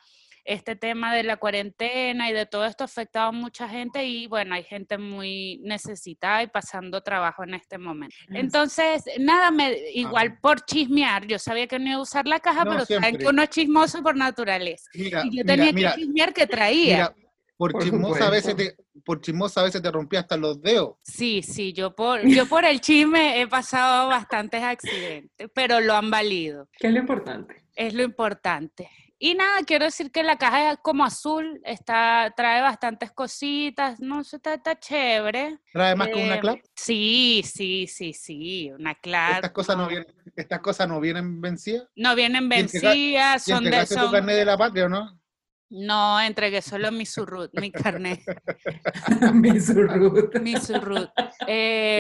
[SPEAKER 2] este tema de la cuarentena y de todo esto ha afectado a mucha gente y bueno, hay gente muy necesitada y pasando trabajo en este momento.
[SPEAKER 3] Así.
[SPEAKER 2] Entonces, nada, me, igual por chismear, yo sabía que no iba a usar la caja,
[SPEAKER 1] No,
[SPEAKER 2] pero saben que
[SPEAKER 1] siempre.
[SPEAKER 2] uno es chismoso por naturaleza.
[SPEAKER 1] Mira,
[SPEAKER 2] Y yo
[SPEAKER 1] mira,
[SPEAKER 2] tenía
[SPEAKER 1] mira,
[SPEAKER 2] que chismear que traía.
[SPEAKER 1] mira, por,
[SPEAKER 3] Por
[SPEAKER 1] chismosa a veces te,
[SPEAKER 3] supuesto.
[SPEAKER 1] por chismosa a veces te rompía hasta los dedos.
[SPEAKER 2] Sí, sí, yo por, yo por el chisme he pasado bastantes accidentes, pero lo han valido.
[SPEAKER 3] ¿Qué es lo importante?
[SPEAKER 2] Es lo importante. Y nada, quiero decir que la caja es como azul, está, trae bastantes cositas, no sé, está, está chévere.
[SPEAKER 1] Trae más que una
[SPEAKER 2] Eh,
[SPEAKER 1] clap.
[SPEAKER 2] Sí, sí, sí, sí, una clave.
[SPEAKER 1] Estas cosas no vienen, estas cosas no vienen vencidas.
[SPEAKER 2] no vienen
[SPEAKER 1] Y entrega-
[SPEAKER 2] vencidas,
[SPEAKER 1] Y
[SPEAKER 2] son de...
[SPEAKER 1] entregaste tu
[SPEAKER 2] Son,
[SPEAKER 1] carnet de la patria, ¿o ¿no?
[SPEAKER 2] No, entregué solo mi surrut, mi carnet,
[SPEAKER 3] mi surrut.
[SPEAKER 2] mi surrut.
[SPEAKER 1] Oye,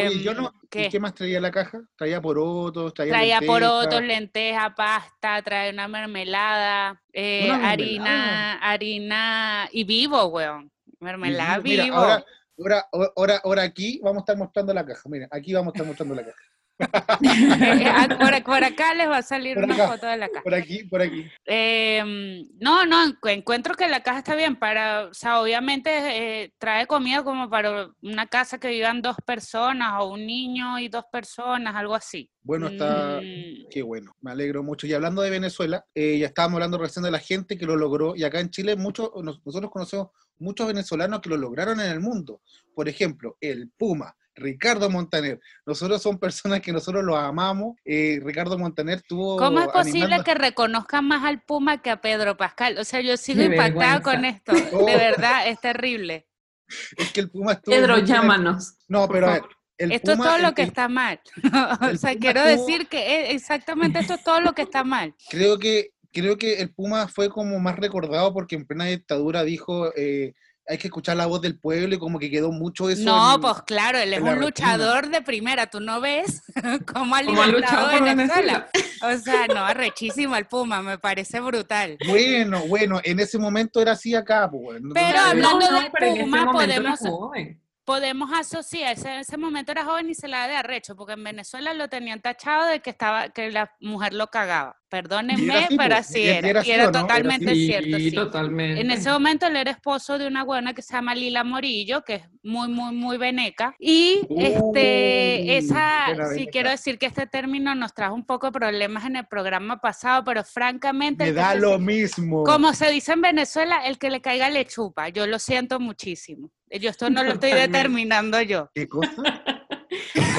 [SPEAKER 2] Eh,
[SPEAKER 1] yo no, ¿y ¿qué?
[SPEAKER 2] ¿qué?
[SPEAKER 1] más traía la caja? Traía porotos, traía
[SPEAKER 2] Traía
[SPEAKER 1] lentejas.
[SPEAKER 2] porotos, lenteja, pasta, trae una mermelada, eh,
[SPEAKER 1] ¿Una mermelada?
[SPEAKER 2] harina, harina y vivo, weón. Mermelada
[SPEAKER 1] Mira,
[SPEAKER 2] vivo.
[SPEAKER 1] ahora, ahora, ahora, ahora aquí vamos a estar mostrando la caja. Mira, aquí vamos a estar mostrando la caja.
[SPEAKER 2] Eh, a- por, por acá les va a salir
[SPEAKER 1] Por
[SPEAKER 2] una
[SPEAKER 1] acá.
[SPEAKER 2] foto de la caja.
[SPEAKER 1] Por aquí, por aquí.
[SPEAKER 2] Eh, no, no, encu- encuentro que la caja está bien para, o sea, obviamente eh, trae comida como para una casa que vivan dos personas o un niño y dos personas, algo así.
[SPEAKER 1] Bueno, está.
[SPEAKER 2] Mm,
[SPEAKER 1] Qué bueno, me alegro mucho. Y hablando de Venezuela, eh, ya estábamos hablando recién de la gente que lo logró, y acá en Chile muchos, nos- nosotros conocemos muchos venezolanos que lo lograron en el mundo. Por ejemplo, el Puma, Ricardo Montaner. Nosotros son personas que nosotros los amamos. eh, Ricardo Montaner tuvo...
[SPEAKER 2] ¿Cómo es posible
[SPEAKER 1] animando-
[SPEAKER 2] que reconozcan más al Puma que a Pedro Pascal? O sea, yo sigo
[SPEAKER 3] Qué
[SPEAKER 2] impactada con esto.
[SPEAKER 1] Oh.
[SPEAKER 2] De verdad, es terrible.
[SPEAKER 1] Es que el Puma estuvo...
[SPEAKER 3] Pedro,
[SPEAKER 1] mucho en el-
[SPEAKER 3] llámanos.
[SPEAKER 1] No,
[SPEAKER 3] por
[SPEAKER 1] pero a ver,
[SPEAKER 3] favor.
[SPEAKER 1] el
[SPEAKER 2] Esto es
[SPEAKER 1] Puma,
[SPEAKER 2] todo
[SPEAKER 1] el-
[SPEAKER 2] lo que
[SPEAKER 1] el-
[SPEAKER 2] está mal.
[SPEAKER 1] el
[SPEAKER 2] o sea,
[SPEAKER 1] Puma
[SPEAKER 2] quiero
[SPEAKER 1] tuvo-
[SPEAKER 2] decir que es- exactamente esto es todo lo que está mal.
[SPEAKER 1] Creo que, creo que el Puma fue como más recordado porque en plena dictadura dijo... eh, hay que escuchar la voz del pueblo y como que quedó mucho eso.
[SPEAKER 2] No,
[SPEAKER 1] en-
[SPEAKER 2] pues claro, él es
[SPEAKER 1] en la
[SPEAKER 2] un luchador de primera. Tú no ves cómo ha
[SPEAKER 3] Como ha
[SPEAKER 2] libertado
[SPEAKER 3] luchado por
[SPEAKER 2] Venezuela.
[SPEAKER 3] Venezuela.
[SPEAKER 2] O sea, no, arrechísimo el Puma, me parece brutal.
[SPEAKER 1] Bueno, bueno, en ese momento era así acá, pues, bueno.
[SPEAKER 2] Pero
[SPEAKER 1] Entonces,
[SPEAKER 2] hablando-
[SPEAKER 3] No, no,
[SPEAKER 2] del
[SPEAKER 3] pero en ese
[SPEAKER 2] Puma,
[SPEAKER 3] momento era
[SPEAKER 2] podemos-
[SPEAKER 3] joven.
[SPEAKER 2] Podemos asociar, ese- en ese momento era joven y se la da de arrecho, porque en Venezuela lo tenían tachado de que estaba, que la mujer lo cagaba.
[SPEAKER 1] Y era
[SPEAKER 2] Perdónenme,
[SPEAKER 1] así,
[SPEAKER 2] pero
[SPEAKER 1] pues,
[SPEAKER 2] así
[SPEAKER 1] y- y
[SPEAKER 2] era.
[SPEAKER 1] era
[SPEAKER 2] y
[SPEAKER 1] así, ¿o
[SPEAKER 2] era
[SPEAKER 1] no? Era
[SPEAKER 2] totalmente
[SPEAKER 3] Sí,
[SPEAKER 2] cierto, sí.
[SPEAKER 3] totalmente.
[SPEAKER 2] En ese momento él era esposo de una buena que se llama Lila Morillo, que es muy, muy, muy veneca. Y
[SPEAKER 1] Uy,
[SPEAKER 2] este, esa,
[SPEAKER 1] buena
[SPEAKER 2] sí
[SPEAKER 1] veneca.
[SPEAKER 2] quiero decir que este término nos trajo un poco de problemas en el programa pasado, pero francamente,
[SPEAKER 1] me
[SPEAKER 2] el que
[SPEAKER 1] da
[SPEAKER 2] se-
[SPEAKER 1] lo mismo.
[SPEAKER 2] como se dice en Venezuela, el que le caiga le chupa. Yo lo siento muchísimo. Yo esto no lo estoy
[SPEAKER 3] Totalmente.
[SPEAKER 2] determinando yo.
[SPEAKER 1] ¿Qué cosa?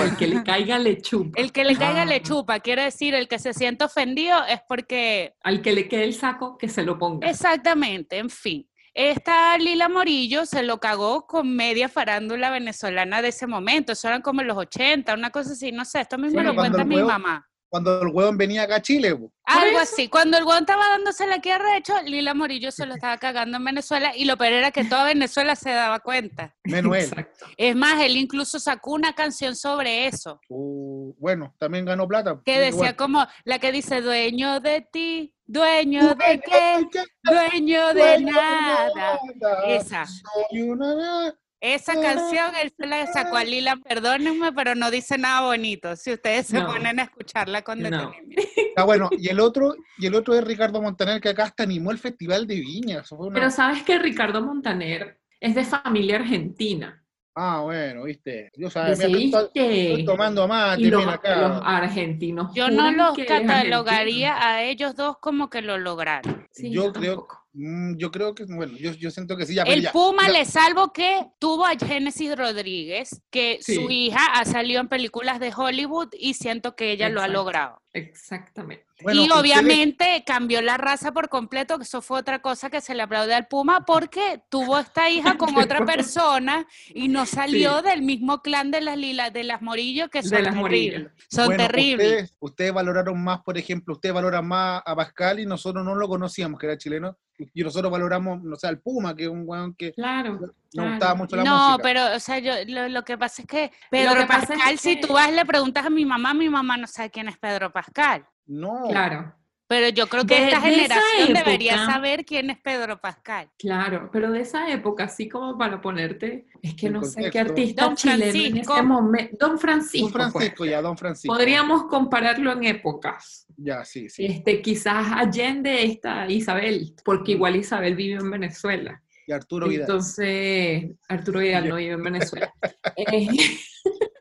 [SPEAKER 3] El que le caiga le chupa.
[SPEAKER 2] El que le caiga
[SPEAKER 1] Ah.
[SPEAKER 2] le chupa, quiero decir, el que se siente ofendido es porque
[SPEAKER 3] Al que le quede el saco, que se lo ponga.
[SPEAKER 2] Exactamente, en fin. Esta Lila Morillo se lo cagó con media farándula venezolana de ese momento. Eso eran como en los 80, una cosa así. No sé, esto mismo
[SPEAKER 1] Bueno,
[SPEAKER 2] lo
[SPEAKER 1] cuando
[SPEAKER 2] cuenta
[SPEAKER 1] el
[SPEAKER 2] mi
[SPEAKER 1] huevo-
[SPEAKER 2] mamá.
[SPEAKER 1] Cuando el huevón venía acá a Chile, po.
[SPEAKER 2] Algo
[SPEAKER 3] eso.
[SPEAKER 2] así. Cuando el guan estaba dándose la tierra, de hecho, Lila Morillo se lo estaba cagando en Venezuela y lo peor era que toda Venezuela se daba cuenta.
[SPEAKER 1] Menuel.
[SPEAKER 3] Exacto.
[SPEAKER 2] Es más, él incluso sacó una canción sobre eso,
[SPEAKER 1] Uh, bueno, también ganó plata.
[SPEAKER 2] que
[SPEAKER 1] igual.
[SPEAKER 2] decía como la que dice, dueño de ti, dueño de
[SPEAKER 1] Dueño
[SPEAKER 2] qué,
[SPEAKER 1] de
[SPEAKER 2] dueño de
[SPEAKER 1] dueño de
[SPEAKER 2] nada.
[SPEAKER 1] nada.
[SPEAKER 2] Esa.
[SPEAKER 1] Soy una-
[SPEAKER 2] Esa canción él se la sacó a Lila, perdónenme, pero no dice nada bonito. Si ustedes se
[SPEAKER 3] No.
[SPEAKER 2] ponen a escucharla con
[SPEAKER 3] No.
[SPEAKER 2] detenimiento.
[SPEAKER 1] Ah, bueno, y el otro, y el otro es Ricardo Montaner, que acá hasta animó el Festival de Viñas. Fue una-
[SPEAKER 3] Pero sabes que Ricardo Montaner es de familia argentina.
[SPEAKER 1] Ah, bueno, viste. Yo sabía, mira, Ah, estoy, to-
[SPEAKER 3] ¿Decidiste?
[SPEAKER 1] estoy tomando mate,
[SPEAKER 3] Y los,
[SPEAKER 1] mira acá.
[SPEAKER 3] los argentinos.
[SPEAKER 2] Yo no
[SPEAKER 3] juran
[SPEAKER 2] los
[SPEAKER 3] que es
[SPEAKER 2] catalogaría a ellos dos como que lo lograron.
[SPEAKER 3] argentino. Sí,
[SPEAKER 1] Yo creo-
[SPEAKER 3] tampoco.
[SPEAKER 1] Mm, yo creo que, bueno, yo, yo siento que sí, ya, pero
[SPEAKER 2] El
[SPEAKER 1] ya.
[SPEAKER 2] Puma
[SPEAKER 1] Mira,
[SPEAKER 2] le salvo que tuvo a Génesis Rodríguez, que su
[SPEAKER 3] Sí.
[SPEAKER 2] hija ha salido en películas de Hollywood y siento que ella lo ha
[SPEAKER 3] Exacto.
[SPEAKER 2] logrado.
[SPEAKER 3] Exactamente.
[SPEAKER 1] bueno,
[SPEAKER 2] y
[SPEAKER 1] ustedes-
[SPEAKER 2] obviamente cambió la raza por completo, que eso fue otra cosa que se le aplaude al Puma, porque tuvo esta hija con otra persona y no salió del mismo clan de las lilas, de las morillos, que son
[SPEAKER 3] De las
[SPEAKER 2] terribles.
[SPEAKER 3] morillas.
[SPEAKER 2] Son
[SPEAKER 1] Bueno,
[SPEAKER 2] terribles.
[SPEAKER 1] Ustedes, ustedes valoraron más, por ejemplo, ustedes valoran más a Pascal y nosotros no lo conocíamos, que era chileno, y nosotros valoramos, no sé, al Puma, que es un weón que
[SPEAKER 3] Claro.
[SPEAKER 1] nos
[SPEAKER 3] claro.
[SPEAKER 1] gustaba mucho la
[SPEAKER 2] No,
[SPEAKER 1] música.
[SPEAKER 2] pero, o sea, yo, lo, lo que pasa es que Pedro
[SPEAKER 3] que pasa es
[SPEAKER 2] Pascal, si
[SPEAKER 3] que-
[SPEAKER 2] tú vas, le preguntas a mi mamá, mi mamá no sabe quién es Pedro Pascal.
[SPEAKER 1] No,
[SPEAKER 3] Claro,
[SPEAKER 2] Pero yo creo que
[SPEAKER 3] De-
[SPEAKER 2] esta
[SPEAKER 3] de esa
[SPEAKER 2] generación debería
[SPEAKER 3] época-
[SPEAKER 2] saber quién es Pedro Pascal.
[SPEAKER 3] claro. Pero de esa época, así como para ponerte, es que
[SPEAKER 1] En
[SPEAKER 3] no sé qué
[SPEAKER 1] contexto.
[SPEAKER 3] artista
[SPEAKER 2] Don
[SPEAKER 3] chileno en
[SPEAKER 2] Francisco.
[SPEAKER 3] este momento. Don Francisco.
[SPEAKER 1] don Francisco,
[SPEAKER 3] pues.
[SPEAKER 1] ya, don Francisco.
[SPEAKER 3] Podríamos compararlo en épocas.
[SPEAKER 1] Ya, sí, sí.
[SPEAKER 3] Este, quizás Allende está Isabel, porque igual Isabel vive en Venezuela.
[SPEAKER 1] Y Mm. Arturo Vidal.
[SPEAKER 3] Entonces, Arturo Vidal no vive en Venezuela. Eh,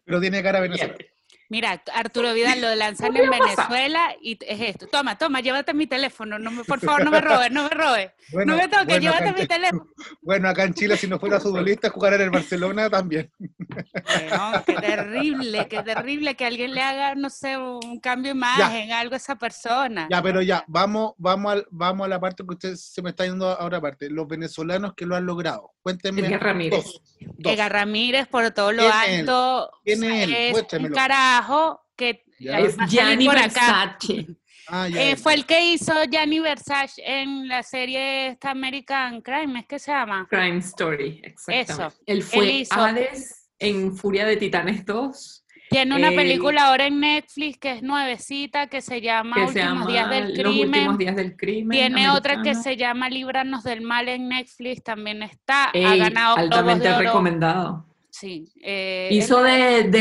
[SPEAKER 1] pero tiene cara venezolana.
[SPEAKER 2] Mira, Arturo Vidal lo lanzan en Venezuela y es esto. Toma, toma, llévate mi teléfono. No me, por favor, no me robes, no me robes. no me toques,
[SPEAKER 1] bueno, acá
[SPEAKER 2] llévate
[SPEAKER 1] en
[SPEAKER 2] mi
[SPEAKER 1] Chile-
[SPEAKER 2] teléfono.
[SPEAKER 1] bueno, acá en Chile, si no fuera futbolista, jugar en el Barcelona también.
[SPEAKER 2] Weón, qué terrible, qué terrible que alguien le haga, no sé, un cambio de imagen, algo a esa persona.
[SPEAKER 1] Ya, pero ya, vamos, vamos, al, vamos a la parte que usted se me está yendo a otra parte. Los venezolanos que lo han logrado. Cuéntenme.
[SPEAKER 3] Edgar Ramírez.
[SPEAKER 1] dos, dos.
[SPEAKER 2] Edgar Ramírez, por todo lo
[SPEAKER 1] ¿Quién es él?
[SPEAKER 2] alto,
[SPEAKER 1] ¿Quién es él?
[SPEAKER 2] es un
[SPEAKER 1] Muéstramelo.
[SPEAKER 2] carajo que
[SPEAKER 1] Ya.
[SPEAKER 2] ahí
[SPEAKER 3] Es
[SPEAKER 2] va a salir
[SPEAKER 3] Gianni
[SPEAKER 2] por acá.
[SPEAKER 3] Versace.
[SPEAKER 1] Ah, ya,
[SPEAKER 2] Eh,
[SPEAKER 1] ya.
[SPEAKER 2] fue el que hizo Gianni Versace en la serie esta American Crime, ¿es que se llama?
[SPEAKER 3] Crime Story, exactamente. Él fue
[SPEAKER 2] Él hizo-
[SPEAKER 3] Hades en Furia de Titanes 2,
[SPEAKER 2] Tiene una
[SPEAKER 3] Eh,
[SPEAKER 2] película ahora en Netflix que es nuevecita, que se llama
[SPEAKER 3] que se
[SPEAKER 2] Últimos
[SPEAKER 3] llama
[SPEAKER 2] Días del
[SPEAKER 3] Los Últimos
[SPEAKER 2] Crimen.
[SPEAKER 3] Días del Crimen.
[SPEAKER 2] Tiene otra que
[SPEAKER 3] americana.
[SPEAKER 2] se llama Líbranos del Mal en Netflix, también está, ha
[SPEAKER 3] Ey,
[SPEAKER 2] ganado Globos
[SPEAKER 3] altamente
[SPEAKER 2] de Oro.
[SPEAKER 3] recomendado.
[SPEAKER 2] Sí, eh,
[SPEAKER 3] Hizo
[SPEAKER 2] él-
[SPEAKER 3] de,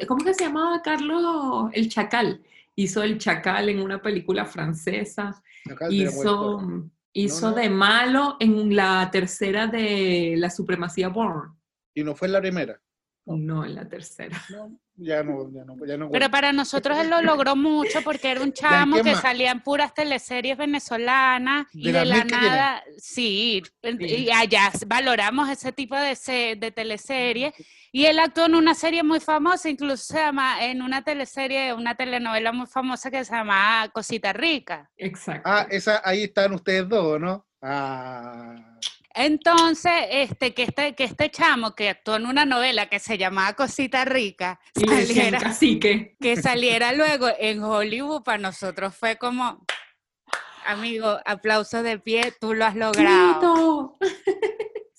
[SPEAKER 3] de- ¿cómo que se llamaba Carlos? El Chacal. Hizo El Chacal en una película francesa.
[SPEAKER 1] Acá te la
[SPEAKER 3] Hizo, mm,
[SPEAKER 1] muestro.
[SPEAKER 3] hizo
[SPEAKER 1] no.
[SPEAKER 3] de malo en la tercera de La Supremacía Born.
[SPEAKER 1] Y no fue la primera. Oh.
[SPEAKER 3] No, en la tercera.
[SPEAKER 1] No, ya no, ya no, ya no.
[SPEAKER 2] Pero para nosotros él lo logró mucho porque era un chamo
[SPEAKER 1] ¿qué
[SPEAKER 2] que
[SPEAKER 1] más?
[SPEAKER 2] salía en puras teleseries venezolanas y
[SPEAKER 1] ¿De
[SPEAKER 2] de,
[SPEAKER 1] las
[SPEAKER 2] la
[SPEAKER 1] mil que tiene?
[SPEAKER 2] nada, sí, y
[SPEAKER 3] Sí.
[SPEAKER 2] allá valoramos ese tipo de, se- de teleseries y él actuó en una serie muy famosa, incluso se llama, en una teleserie, una telenovela muy famosa que se llama Cosita Rica.
[SPEAKER 3] Exacto.
[SPEAKER 1] Ah, esa, ahí están ustedes dos, ¿no? Ah,
[SPEAKER 2] Entonces, este que, este, que este chamo que actuó en una novela que se llamaba Cosita Rica,
[SPEAKER 3] y le decían
[SPEAKER 2] saliera-
[SPEAKER 3] cacique.
[SPEAKER 2] que saliera luego en Hollywood para nosotros fue como, amigo, aplausos de pie, tú lo has logrado.
[SPEAKER 3] ¡Grito!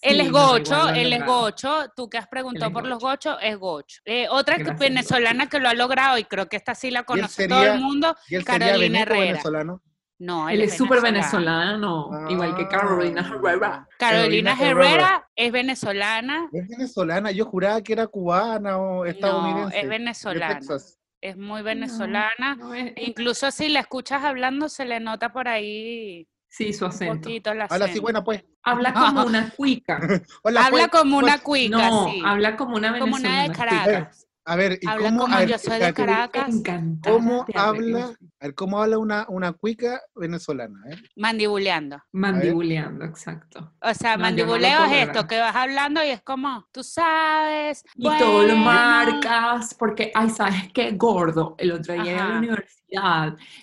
[SPEAKER 2] Él es
[SPEAKER 3] Sí, no, igual
[SPEAKER 2] gocho,
[SPEAKER 3] lo ha
[SPEAKER 2] él es
[SPEAKER 3] logrado.
[SPEAKER 2] gocho, tú que has preguntado
[SPEAKER 3] es
[SPEAKER 2] por los gochos, es gocho. Eh, otra que-
[SPEAKER 3] Gracias,
[SPEAKER 2] venezolana que lo ha logrado y creo que esta sí la conoce todo
[SPEAKER 1] sería-
[SPEAKER 2] el mundo,
[SPEAKER 1] y él sería
[SPEAKER 2] Carolina
[SPEAKER 1] veneco
[SPEAKER 2] Herrera.
[SPEAKER 1] venezolano.
[SPEAKER 2] No,
[SPEAKER 3] Él es súper venezolano,
[SPEAKER 1] Ah.
[SPEAKER 3] igual que Carolina Herrera.
[SPEAKER 2] Carolina
[SPEAKER 1] Carolina
[SPEAKER 2] Herrera,
[SPEAKER 1] Herrera.
[SPEAKER 2] es venezolana,
[SPEAKER 1] Es venezolana, yo juraba que era cubana o
[SPEAKER 2] no,
[SPEAKER 1] estadounidense.
[SPEAKER 2] es
[SPEAKER 1] de
[SPEAKER 2] venezolana,
[SPEAKER 1] Texas.
[SPEAKER 2] es muy venezolana.
[SPEAKER 3] No, es- es-
[SPEAKER 2] Incluso si la escuchas hablando, se le nota por ahí
[SPEAKER 3] sí, su
[SPEAKER 2] un
[SPEAKER 3] acento.
[SPEAKER 2] poquito Ah. el
[SPEAKER 1] Habla así,
[SPEAKER 2] acento.
[SPEAKER 1] buena pues.
[SPEAKER 3] Habla como una cuica.
[SPEAKER 1] Hola,
[SPEAKER 2] habla
[SPEAKER 1] pues.
[SPEAKER 2] como una cuica,
[SPEAKER 3] No,
[SPEAKER 2] sí.
[SPEAKER 3] habla como una
[SPEAKER 2] como una
[SPEAKER 3] venezolana.
[SPEAKER 2] de Caracas.
[SPEAKER 1] A ver, ¿y
[SPEAKER 2] Habla
[SPEAKER 1] cómo, a
[SPEAKER 2] como
[SPEAKER 1] ver,
[SPEAKER 2] yo soy de
[SPEAKER 1] espérate,
[SPEAKER 2] Caracas.
[SPEAKER 3] Encantada
[SPEAKER 1] ¿Cómo
[SPEAKER 3] de haberlos
[SPEAKER 1] habla, a ver, cómo habla una, una cuica venezolana? eh?
[SPEAKER 2] Mandibuleando.
[SPEAKER 3] Mandibuleando, exacto.
[SPEAKER 2] O sea,
[SPEAKER 3] No, yo no lo
[SPEAKER 2] mandibuleo
[SPEAKER 3] puedo
[SPEAKER 2] es esto,
[SPEAKER 3] lograr.
[SPEAKER 2] que vas hablando y es como, tú sabes.
[SPEAKER 3] Y todo lo
[SPEAKER 2] bueno".
[SPEAKER 3] marcas, porque, ay, ¿sabes qué? Gordo. El otro día en
[SPEAKER 2] Ajá.
[SPEAKER 3] la universidad,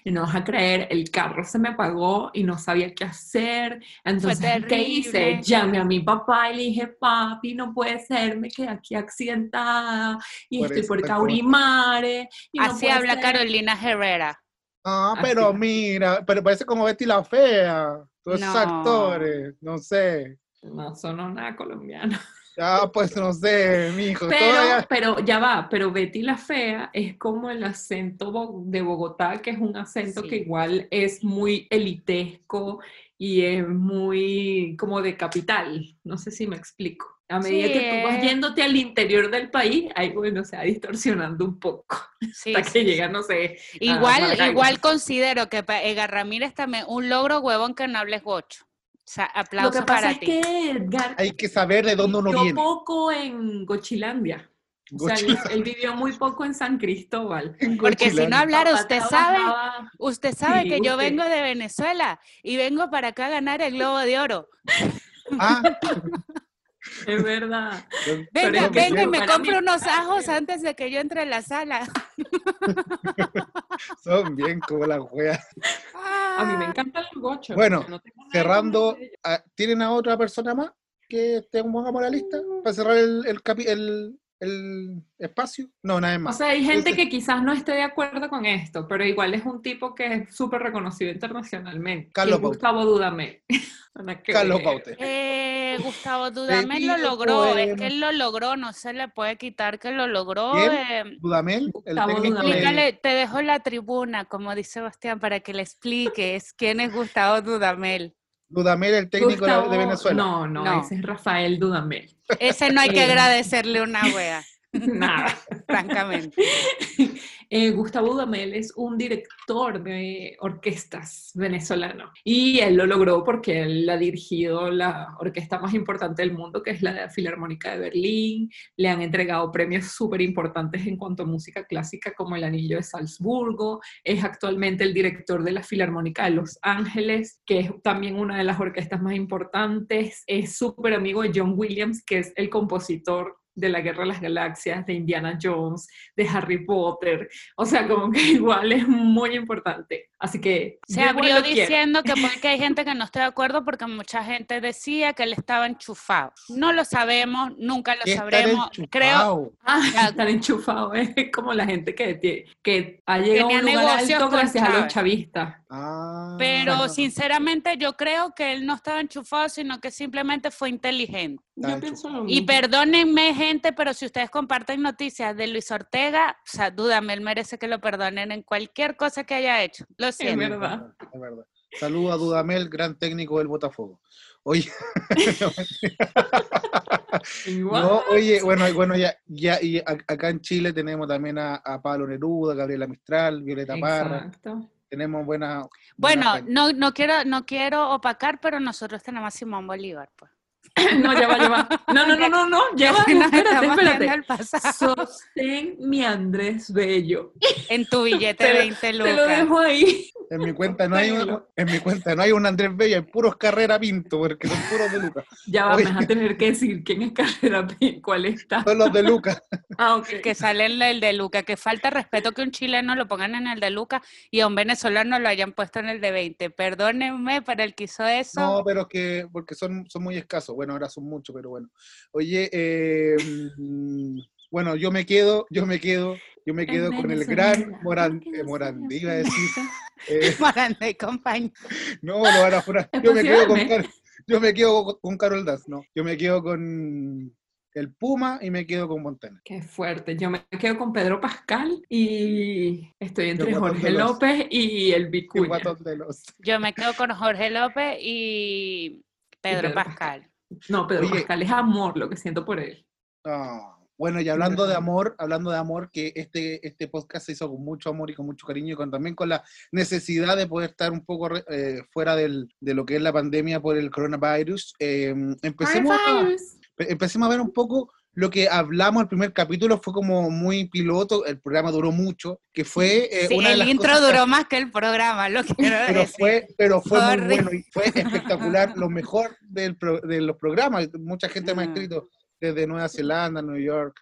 [SPEAKER 3] y no vas a creer, el carro se me apagó y no sabía qué hacer. Entonces, ¿qué hice?
[SPEAKER 2] terrible.
[SPEAKER 3] Llamé a mi papá y le dije, papi, no puede ser, me quedé aquí accidentada y
[SPEAKER 1] Por
[SPEAKER 3] estoy
[SPEAKER 1] eso
[SPEAKER 3] por
[SPEAKER 1] está como-
[SPEAKER 3] Caurimare. y no
[SPEAKER 2] Así
[SPEAKER 3] puede
[SPEAKER 2] habla
[SPEAKER 3] ser".
[SPEAKER 2] Carolina Herrera.
[SPEAKER 1] Ah,
[SPEAKER 3] Así
[SPEAKER 1] pero
[SPEAKER 3] es.
[SPEAKER 1] mira, pero parece como Betty la Fea, todos esos
[SPEAKER 2] No.
[SPEAKER 1] actores, no sé.
[SPEAKER 3] No sonó nada colombiano.
[SPEAKER 1] Ah, pues no sé, mijo.
[SPEAKER 3] Pero,
[SPEAKER 1] todavía-
[SPEAKER 3] pero ya va, pero Betty la Fea es como el acento bo- de Bogotá, que es un acento que
[SPEAKER 2] Sí.
[SPEAKER 3] igual es muy elitesco y es muy como de capital. No sé si me explico. A medida
[SPEAKER 2] Sí,
[SPEAKER 3] que tú vas
[SPEAKER 2] es-
[SPEAKER 3] yéndote al interior del país, ahí bueno, se va distorsionando un poco
[SPEAKER 2] Sí,
[SPEAKER 3] hasta que
[SPEAKER 2] sí,
[SPEAKER 3] llega, no sé.
[SPEAKER 2] sí. Igual,
[SPEAKER 3] Maracaibo.
[SPEAKER 2] igual considero que pa- Edgar Ramírez también un logro huevón que no hables gocho. O sea,
[SPEAKER 3] Lo
[SPEAKER 2] aplausos
[SPEAKER 3] que pasa
[SPEAKER 2] para
[SPEAKER 3] es
[SPEAKER 2] ti.
[SPEAKER 3] que Edgar
[SPEAKER 1] hay que saber de dónde uno
[SPEAKER 3] vivió
[SPEAKER 1] viene.
[SPEAKER 3] poco en Gochilandia. O sea, él, él vivió muy poco en San Cristóbal.
[SPEAKER 2] Porque si no hablara,
[SPEAKER 3] Papá
[SPEAKER 2] usted sabe.
[SPEAKER 3] trabajaba-
[SPEAKER 2] Usted sabe
[SPEAKER 3] Sí,
[SPEAKER 2] que yo
[SPEAKER 3] usted.
[SPEAKER 2] vengo de Venezuela y vengo para acá a ganar el Globo de Oro.
[SPEAKER 1] Ah,
[SPEAKER 3] Es verdad. Pero
[SPEAKER 2] Venga,
[SPEAKER 3] es que
[SPEAKER 2] venga y
[SPEAKER 3] yo-
[SPEAKER 2] me
[SPEAKER 3] para
[SPEAKER 2] compro
[SPEAKER 3] mí-
[SPEAKER 2] unos ajos antes de que yo entre a la sala.
[SPEAKER 1] son bien como las weas.
[SPEAKER 3] A mí me encantan los gochos.
[SPEAKER 1] Bueno,
[SPEAKER 3] yo no tengo nada en
[SPEAKER 1] cerrando,
[SPEAKER 3] contra de ellos.
[SPEAKER 1] ah, ¿tienen a otra persona más que esté un poco moralista para cerrar el, el, capi- el, el espacio? No, nadie
[SPEAKER 3] O
[SPEAKER 1] más.
[SPEAKER 3] sea, hay gente
[SPEAKER 1] Entonces-
[SPEAKER 3] que quizás no esté de acuerdo con esto, pero igual es un tipo que es súper reconocido internacionalmente.
[SPEAKER 1] Carlos
[SPEAKER 3] Y Gustavo Dudamel. Nada que
[SPEAKER 1] Carlos
[SPEAKER 3] ver.
[SPEAKER 1] Baute.
[SPEAKER 2] Eh, Gustavo Dudamel
[SPEAKER 1] Bendito
[SPEAKER 2] lo logró, es
[SPEAKER 1] poema.
[SPEAKER 2] que él lo logró, no se le puede quitar que lo logró.
[SPEAKER 1] ¿Quién?
[SPEAKER 2] eh,
[SPEAKER 1] Dudamel, el
[SPEAKER 3] Gustavo
[SPEAKER 1] técnico de-
[SPEAKER 3] Dudamel.
[SPEAKER 2] explícale, te dejo la tribuna, como dice Bastián, para que le expliques quién es Gustavo Dudamel.
[SPEAKER 1] Dudamel, el técnico de-
[SPEAKER 3] Gustavo-
[SPEAKER 1] de Venezuela.
[SPEAKER 3] No, no,
[SPEAKER 2] No.
[SPEAKER 3] ese es Rafael Dudamel.
[SPEAKER 2] Ese no hay que
[SPEAKER 3] Eh.
[SPEAKER 2] agradecerle una wea,
[SPEAKER 3] Nada.
[SPEAKER 2] francamente.
[SPEAKER 3] Eh, Gustavo Dudamel es un director de orquestas venezolano y él lo logró porque él ha dirigido la orquesta más importante del mundo, que es la Filarmónica de Berlín. Le han entregado premios súper importantes en cuanto a música clásica, como el Anillo de Salzburgo. Es actualmente el director de la Filarmónica de Los Ángeles, que es también una de las orquestas más importantes. Es súper amigo de John Williams, que es el compositor de la Guerra de las Galaxias, de Indiana Jones, de Harry Potter. O sea, como que igual es muy importante. Así que...
[SPEAKER 2] Se abrió diciendo quiero. que porque hay gente que no está de acuerdo porque mucha gente decía que él estaba enchufado. No lo sabemos, nunca lo sabremos. Enchufado? Creo...
[SPEAKER 3] Ah, o sea, estar enchufado es ¿eh? como la gente que, que ha llegado a un lugar alto gracias Chávez. a los chavistas.
[SPEAKER 2] Ah, Pero claro. sinceramente yo creo que él no estaba enchufado, sino que simplemente fue inteligente. Yo pienso y perdónenme, gente, pero si ustedes comparten noticias de Luis Ortega, o sea, dúdame, él merece que lo perdonen en cualquier cosa que haya hecho. Lo siento.
[SPEAKER 1] Es verdad. Es verdad. Saludos a Dudamel, gran técnico del Botafogo. Oye, no, oye bueno, bueno ya, ya y acá en Chile tenemos también a, a Pablo Neruda, Gabriela Mistral, Violeta Parra. Tenemos buena.
[SPEAKER 2] buena bueno, no, no, quiero, no quiero opacar, pero nosotros tenemos a Simón Bolívar, pues.
[SPEAKER 3] No, ya va, ya va. No, no, no, no, no, ya va. No, Ah, espérate, espérate. Sostén mi Andrés Bello.
[SPEAKER 2] En tu billete de 20 lucas.
[SPEAKER 3] Te lo dejo ahí.
[SPEAKER 1] En mi cuenta no hay un, en mi cuenta no hay un Andrés Bello, hay puros Carrera Pinto, porque son puros de Lucas.
[SPEAKER 3] Ya va, Oye. me vas a tener que decir quién es Carrera Pinto, cuál está.
[SPEAKER 1] Son los de Lucas.
[SPEAKER 2] Ah, okay. Que sale el, el de Lucas, que falta respeto que un chileno lo pongan en el de Lucas y a un venezolano lo hayan puesto en el de 20. Perdónenme, pero él quiso eso.
[SPEAKER 1] No, pero que, porque son, son muy escasos. Bueno, ahora son muchos, pero bueno. Oye, eh, bueno, yo me quedo, yo me quedo, yo me quedo en con Venezuela. el gran Morand, eh, Morandi, iba a decir.
[SPEAKER 2] Eh, Morandi y compañía.
[SPEAKER 1] No, no, ahora fuera. Yo me quedo con, yo me quedo con, con Carol Das, no. Yo me quedo con el Puma y me quedo con Montana.
[SPEAKER 3] Qué fuerte. Yo me quedo con Pedro Pascal y estoy entre Jorge López y el Vicuña.
[SPEAKER 2] Yo me quedo con Jorge López y Pedro, Pedro Pascal. Pascal.
[SPEAKER 3] No, Pedro Oye. Pascal es amor lo que siento por él.
[SPEAKER 1] Oh. Bueno, y hablando de amor, hablando de amor, que este, este podcast se hizo con mucho amor y con mucho cariño y con, también con la necesidad de poder estar un poco eh, fuera del, de lo que es la pandemia por el coronavirus. Eh, empecemos, coronavirus. A, e, empecemos a ver un poco lo que hablamos el primer capítulo fue como muy piloto, el programa duró mucho, que fue eh,
[SPEAKER 2] sí,
[SPEAKER 1] una
[SPEAKER 2] el
[SPEAKER 1] de las
[SPEAKER 2] intro
[SPEAKER 1] cosas
[SPEAKER 2] duró más que el programa, lo quiero
[SPEAKER 1] pero
[SPEAKER 2] decir.
[SPEAKER 1] Fue, pero fue Sorry. muy bueno y fue espectacular, lo mejor del pro, de los programas, mucha gente mm. me ha escrito desde Nueva Zelanda, New York.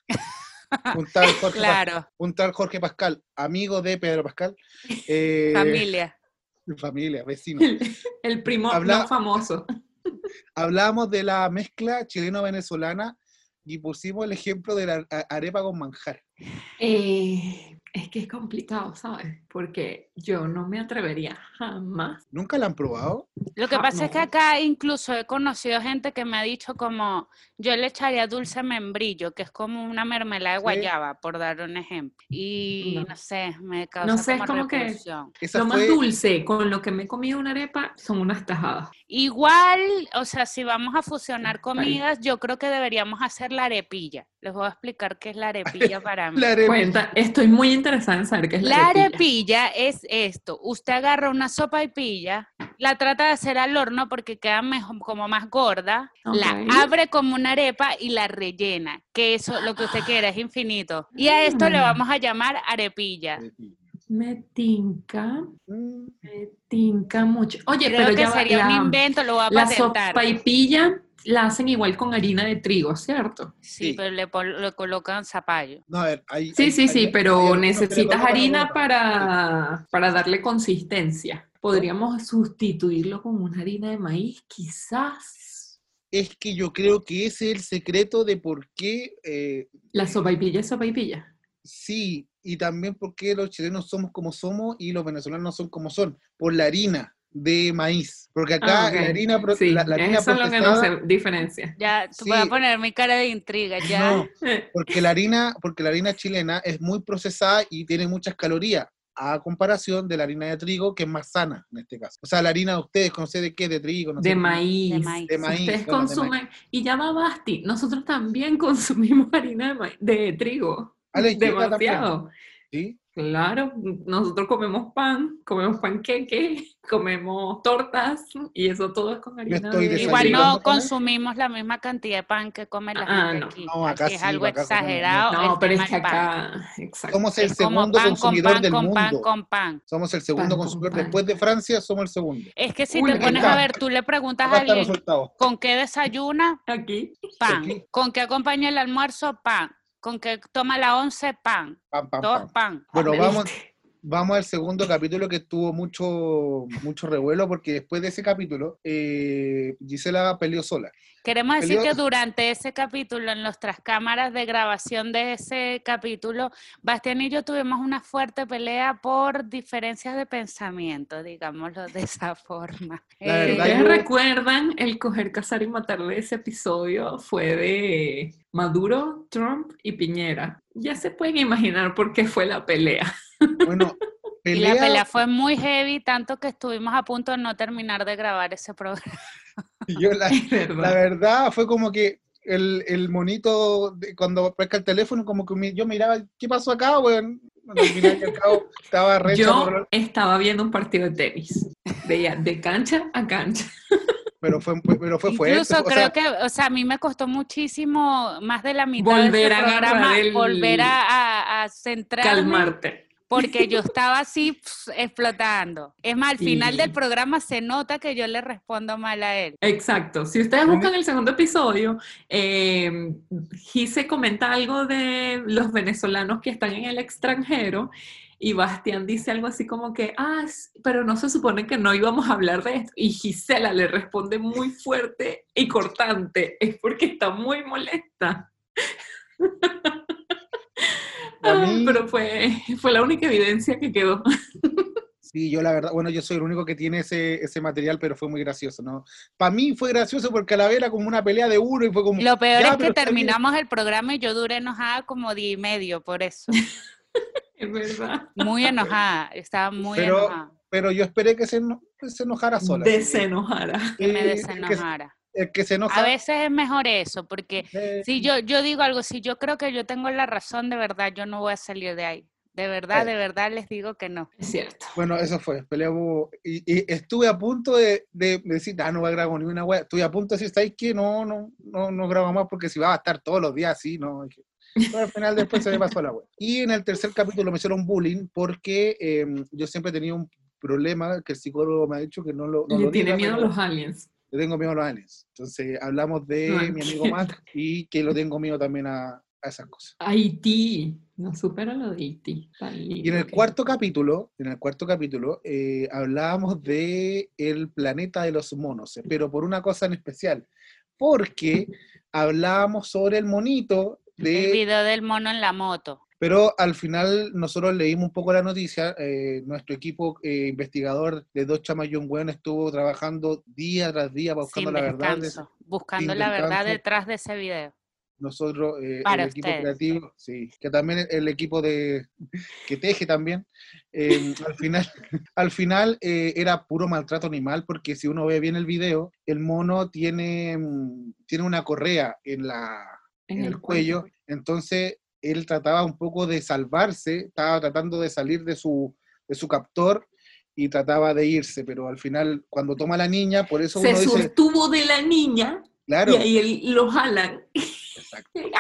[SPEAKER 1] Un tal Jorge, claro. Pascal, un tal Jorge Pascal, amigo de Pedro Pascal.
[SPEAKER 2] Eh, familia.
[SPEAKER 1] Familia, vecino.
[SPEAKER 3] El, el primo Habla, no famoso.
[SPEAKER 1] Hablamos de la mezcla chileno-venezolana y pusimos el ejemplo de la arepa con manjar.
[SPEAKER 3] Eh, es que es complicado, ¿sabes? Porque yo no me atrevería jamás.
[SPEAKER 1] ¿Nunca la han probado?
[SPEAKER 2] Lo que ah, pasa no. es que acá incluso he conocido gente que me ha dicho como, yo le echaría dulce membrillo, que es como una mermelada de guayaba, sí. por dar un ejemplo. Y no, no sé, me causa
[SPEAKER 3] No sé,
[SPEAKER 2] como
[SPEAKER 3] es como repulsión. que Esa lo fue... más dulce con lo que me he comido una arepa son unas tajadas.
[SPEAKER 2] Igual, o sea, si vamos a fusionar comidas, yo creo que deberíamos hacer la arepilla. Les voy a explicar qué es la arepilla para mí.
[SPEAKER 3] Arepilla. Cuenta, estoy muy interesada en saber qué es
[SPEAKER 2] la, arepilla. La arepilla es esto. Usted agarra una sopa y pilla, la trata de hacer al horno porque queda mejor, como más gorda, okay. la abre como una arepa y la rellena, que eso lo que usted quiera es infinito. Y a esto
[SPEAKER 3] Mm.
[SPEAKER 2] le vamos a llamar arepilla.
[SPEAKER 3] Me tinca,
[SPEAKER 1] Mm,
[SPEAKER 3] me tinca mucho. Oye,
[SPEAKER 2] Creo
[SPEAKER 3] pero
[SPEAKER 2] que
[SPEAKER 3] ya
[SPEAKER 2] sería
[SPEAKER 3] la,
[SPEAKER 2] un invento, lo voy a
[SPEAKER 3] la
[SPEAKER 2] patentar.
[SPEAKER 3] sopa y pilla la hacen igual con harina de trigo, ¿cierto?
[SPEAKER 2] Sí, sí. pero le, le, colocan zapallo.
[SPEAKER 1] No, a ver, hay,
[SPEAKER 3] sí,
[SPEAKER 1] hay,
[SPEAKER 3] sí,
[SPEAKER 1] hay,
[SPEAKER 3] sí, pero necesitas harina para, para darle consistencia. Podríamos sustituirlo con una harina de maíz, quizás.
[SPEAKER 1] Es que yo creo que ese es el secreto de por qué... Eh,
[SPEAKER 3] la sopaipilla es sopaipilla.
[SPEAKER 1] Sí, y también por qué los chilenos somos como somos y los venezolanos son como son, por la harina de maíz. Porque acá ah, okay. la harina, pro,
[SPEAKER 3] sí,
[SPEAKER 1] la, la harina
[SPEAKER 3] eso procesada... Lo que no se diferencia.
[SPEAKER 2] Ya, sí. voy a poner mi cara de intriga, ya. No,
[SPEAKER 1] porque, la harina, porque la harina chilena es muy procesada y tiene muchas calorías a comparación de la harina de trigo, que es más sana en este caso. O sea, la harina de ustedes, no sé de qué, de trigo, no
[SPEAKER 3] de,
[SPEAKER 1] sé
[SPEAKER 3] maíz.
[SPEAKER 2] de maíz.
[SPEAKER 1] De maíz.
[SPEAKER 3] Ustedes
[SPEAKER 1] bueno,
[SPEAKER 3] consumen,
[SPEAKER 1] de maíz.
[SPEAKER 3] y ya va Basti, nosotros
[SPEAKER 1] Ah,
[SPEAKER 3] también consumimos harina de, maíz, de trigo. Demasiado.
[SPEAKER 1] ¿Sí?
[SPEAKER 3] Claro, nosotros comemos pan, comemos panqueque, comemos tortas y eso todo es con harina.
[SPEAKER 1] estoy
[SPEAKER 3] de-
[SPEAKER 2] Igual
[SPEAKER 1] desayunando
[SPEAKER 2] no
[SPEAKER 1] con él?
[SPEAKER 2] consumimos la misma cantidad de pan que come la
[SPEAKER 3] Ah,
[SPEAKER 2] gente
[SPEAKER 3] no.
[SPEAKER 2] aquí.
[SPEAKER 1] No, acá
[SPEAKER 2] Aquí es
[SPEAKER 1] sí,
[SPEAKER 2] algo
[SPEAKER 1] acá comemos-
[SPEAKER 2] exagerado.
[SPEAKER 3] No,
[SPEAKER 2] el
[SPEAKER 3] pero
[SPEAKER 2] tema
[SPEAKER 3] es que
[SPEAKER 2] del pan.
[SPEAKER 3] acá, exacto.
[SPEAKER 1] Somos el
[SPEAKER 2] Es como
[SPEAKER 1] segundo
[SPEAKER 2] pan con
[SPEAKER 1] consumidor
[SPEAKER 2] pan,
[SPEAKER 1] del
[SPEAKER 2] con pan,
[SPEAKER 1] mundo.
[SPEAKER 2] con pan.
[SPEAKER 1] Somos el segundo
[SPEAKER 3] Pan con
[SPEAKER 1] consumidor.
[SPEAKER 3] pan.
[SPEAKER 1] Después de Francia, somos el segundo.
[SPEAKER 2] Es que si
[SPEAKER 3] Uy,
[SPEAKER 2] te
[SPEAKER 3] me
[SPEAKER 2] pones a
[SPEAKER 1] encanta.
[SPEAKER 2] ver, tú le preguntas a
[SPEAKER 1] Acá está el
[SPEAKER 2] alguien
[SPEAKER 1] resultado.
[SPEAKER 2] con qué desayuna,
[SPEAKER 3] Aquí.
[SPEAKER 2] pan.
[SPEAKER 1] Aquí.
[SPEAKER 2] ¿Con qué acompaña el almuerzo? Pan. ¿Con qué toma la once? Pan.
[SPEAKER 1] Pam, pam, pam.
[SPEAKER 2] Todos pan.
[SPEAKER 1] Bueno,
[SPEAKER 3] Me
[SPEAKER 1] vamos,
[SPEAKER 3] diste.
[SPEAKER 1] vamos al segundo capítulo que tuvo mucho, mucho revuelo porque después de ese capítulo eh, Gisela peleó sola.
[SPEAKER 2] Queremos decir
[SPEAKER 1] Elliot.
[SPEAKER 2] que durante ese capítulo, en nuestras cámaras de grabación de ese capítulo, Bastián y yo tuvimos una fuerte pelea por diferencias de pensamiento, digámoslo de esa forma.
[SPEAKER 1] La
[SPEAKER 2] Eh,
[SPEAKER 3] Si
[SPEAKER 1] verdad,
[SPEAKER 3] ustedes
[SPEAKER 1] yo-
[SPEAKER 3] recuerdan, el coger, cazar y matar de ese episodio fue de Maduro, Trump y Piñera. Ya se pueden imaginar por qué fue la pelea.
[SPEAKER 1] Bueno,
[SPEAKER 2] y la
[SPEAKER 1] pelea,
[SPEAKER 2] pelea fue muy heavy, tanto que estuvimos a punto de no terminar de grabar ese programa.
[SPEAKER 1] yo la,
[SPEAKER 3] Es
[SPEAKER 1] la
[SPEAKER 3] verdad.
[SPEAKER 1] verdad fue como que el, el monito, de- cuando pesca el teléfono, como que mi- yo miraba, ¿qué pasó acá, weón? Bueno, al final y al cabo, estaba re
[SPEAKER 3] Yo
[SPEAKER 1] chorro,
[SPEAKER 3] estaba viendo un partido de tenis, de, de cancha a cancha.
[SPEAKER 1] pero fue, pero fue fuerte.
[SPEAKER 2] Incluso
[SPEAKER 1] o
[SPEAKER 2] creo
[SPEAKER 1] sea,
[SPEAKER 2] que, o sea, a mí me costó muchísimo, más de la mitad de
[SPEAKER 3] Volver
[SPEAKER 2] ese
[SPEAKER 3] a agarrar
[SPEAKER 2] programa,
[SPEAKER 3] el-
[SPEAKER 2] volver a, a, a centrarme.
[SPEAKER 3] Calmarte.
[SPEAKER 2] porque yo estaba así pss, explotando. Es más, al final
[SPEAKER 3] Sí.
[SPEAKER 2] del programa se nota que yo le respondo mal a él.
[SPEAKER 3] Exacto. Si ustedes buscan el segundo episodio, eh, Gise comenta algo de los venezolanos que están en el extranjero y Bastián dice algo así como que, ah, s- pero no se supone que no íbamos a hablar de esto. Y Gisela le responde muy fuerte y cortante, es porque está muy molesta.
[SPEAKER 1] a
[SPEAKER 3] Ah,
[SPEAKER 1] mí-
[SPEAKER 3] Pero fue, fue la única evidencia que quedó.
[SPEAKER 1] Sí, yo la verdad, bueno, yo soy el único que tiene ese, ese material, pero fue muy gracioso, ¿no? Para mí fue gracioso porque a la vez era como una pelea de uno y fue como...
[SPEAKER 2] Lo peor
[SPEAKER 1] "Ya,
[SPEAKER 2] es
[SPEAKER 1] pero
[SPEAKER 2] que
[SPEAKER 1] está bien".
[SPEAKER 2] terminamos el programa y yo duré enojada como día y medio por eso.
[SPEAKER 3] Es verdad.
[SPEAKER 2] Muy enojada, estaba muy
[SPEAKER 1] Pero-
[SPEAKER 2] enojada,
[SPEAKER 1] Pero yo esperé que se, eno- que se enojara sola.
[SPEAKER 3] Desenojara.
[SPEAKER 2] que me
[SPEAKER 1] Eh, el que se-
[SPEAKER 2] desenojara.
[SPEAKER 1] El que se enoja...
[SPEAKER 2] A veces es mejor eso, porque
[SPEAKER 1] eh,
[SPEAKER 2] si yo, yo digo algo, si yo creo que yo tengo la razón, de verdad, yo no voy a salir de ahí. De verdad,
[SPEAKER 1] Sí.
[SPEAKER 2] de verdad les digo que no.
[SPEAKER 3] Es cierto.
[SPEAKER 1] Bueno, eso fue, peleamos y, y estuve a punto de, de decir, ah, no voy a grabar ni una wea, estuve a punto de decir, ¿sabes qué? No, no, no, no grabo más porque si va a estar todos los días así, no. dije. Pero al final después se me pasó la wea. Y en el tercer capítulo me hicieron bullying porque eh, yo siempre he tenido un problema que el psicólogo me ha dicho que no lo... no
[SPEAKER 3] Le
[SPEAKER 1] lo
[SPEAKER 3] tiene
[SPEAKER 1] diga,
[SPEAKER 3] miedo a
[SPEAKER 1] pero
[SPEAKER 3] los aliens.
[SPEAKER 1] Yo tengo miedo a los aliens. Entonces hablamos de
[SPEAKER 3] Ay,
[SPEAKER 1] mi
[SPEAKER 3] qué-
[SPEAKER 1] amigo Mac y que lo tengo miedo también a, a esas cosas.
[SPEAKER 3] Haití, no supera lo de Haití. Tan
[SPEAKER 1] Y en
[SPEAKER 3] lindo
[SPEAKER 1] el
[SPEAKER 3] que-
[SPEAKER 1] cuarto capítulo, en el cuarto capítulo, eh, hablábamos de el planeta de los monos, eh, pero por una cosa en especial, porque hablábamos sobre el monito
[SPEAKER 2] El
[SPEAKER 1] de,
[SPEAKER 2] video del mono en la moto.
[SPEAKER 1] pero al final nosotros leímos un poco la noticia, eh, nuestro equipo eh, investigador de Dos Chamas y un Weón estuvo trabajando día tras día buscando
[SPEAKER 2] Sin
[SPEAKER 1] la verdad. de eso.
[SPEAKER 2] descanso, buscando
[SPEAKER 1] sin
[SPEAKER 2] la verdad
[SPEAKER 1] descanso.
[SPEAKER 2] detrás de ese video.
[SPEAKER 1] nosotros, eh,
[SPEAKER 2] Para
[SPEAKER 1] el equipo
[SPEAKER 2] ustedes.
[SPEAKER 1] creativo, sí, que también el- el equipo de que teje también, eh, al final, al final eh, era puro maltrato animal, porque si uno ve bien el video, el mono tiene, mm, tiene una correa en, la, en el cuello, entonces él trataba un poco de salvarse, estaba tratando de salir de su, de su captor y trataba de irse, pero al final cuando toma a la niña, por eso
[SPEAKER 3] Se
[SPEAKER 1] uno dice,
[SPEAKER 3] sostuvo de la niña
[SPEAKER 1] claro,
[SPEAKER 3] y ahí el- lo jalan.
[SPEAKER 1] exacto.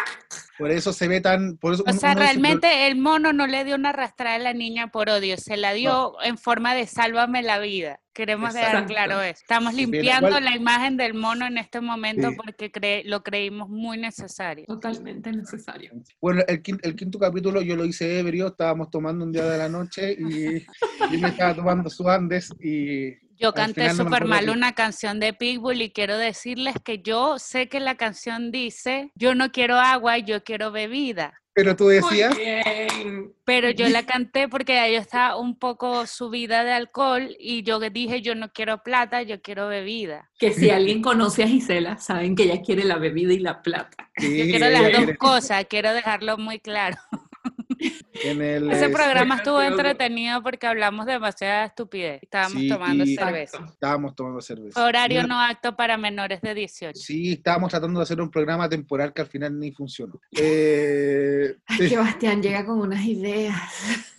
[SPEAKER 1] por eso se ve tan, por eso
[SPEAKER 2] O
[SPEAKER 1] uno-
[SPEAKER 2] sea,
[SPEAKER 1] uno dice, pero-
[SPEAKER 2] realmente el mono no le dio una arrastrada a la niña por odio, se la dio en forma de sálvame la vida. Queremos dejar
[SPEAKER 3] Exacto.
[SPEAKER 2] claro eso. Estamos
[SPEAKER 1] Sí, pero
[SPEAKER 2] limpiando
[SPEAKER 1] igual-
[SPEAKER 2] la imagen del mono en este momento
[SPEAKER 1] Sí.
[SPEAKER 2] porque cre- lo creímos muy necesario.
[SPEAKER 3] Totalmente necesario.
[SPEAKER 1] Bueno, el quin- el quinto, capítulo yo lo hice ebrio, estábamos tomando un día de la noche y, y me estaba tomando su Andes y
[SPEAKER 2] Yo
[SPEAKER 1] Al
[SPEAKER 2] canté
[SPEAKER 1] final no me
[SPEAKER 2] súper
[SPEAKER 1] acuerdo
[SPEAKER 2] mal
[SPEAKER 1] qué-
[SPEAKER 2] una canción de Pitbull y quiero decirles que yo sé que la canción dice, yo no quiero agua, yo quiero bebida.
[SPEAKER 1] pero tú decías,
[SPEAKER 3] Muy bien.
[SPEAKER 2] Pero yo la canté porque ya yo estaba un poco subida de alcohol y yo que dije, yo no quiero plata, yo quiero bebida.
[SPEAKER 3] Que si alguien conoce a Gisela, saben que ella quiere la bebida y la plata.
[SPEAKER 2] Yo
[SPEAKER 1] sí,
[SPEAKER 2] quiero las
[SPEAKER 1] ella
[SPEAKER 2] dos
[SPEAKER 1] quiere-
[SPEAKER 2] cosas, quiero dejarlo muy claro.
[SPEAKER 1] en el
[SPEAKER 2] Ese
[SPEAKER 1] eh,
[SPEAKER 2] programa estuvo
[SPEAKER 3] gracioso.
[SPEAKER 2] entretenido porque hablamos demasiada estupidez. Estábamos
[SPEAKER 1] Sí,
[SPEAKER 2] tomando
[SPEAKER 1] y-
[SPEAKER 2] cerveza.
[SPEAKER 1] estábamos tomando cerveza.
[SPEAKER 2] Fue horario
[SPEAKER 1] Bueno,
[SPEAKER 2] no acto para menores de 18.
[SPEAKER 1] Sí, estábamos tratando de hacer un programa temporal que al final ni funcionó. Eh,
[SPEAKER 3] Ay, que Bastián llega con unas ideas.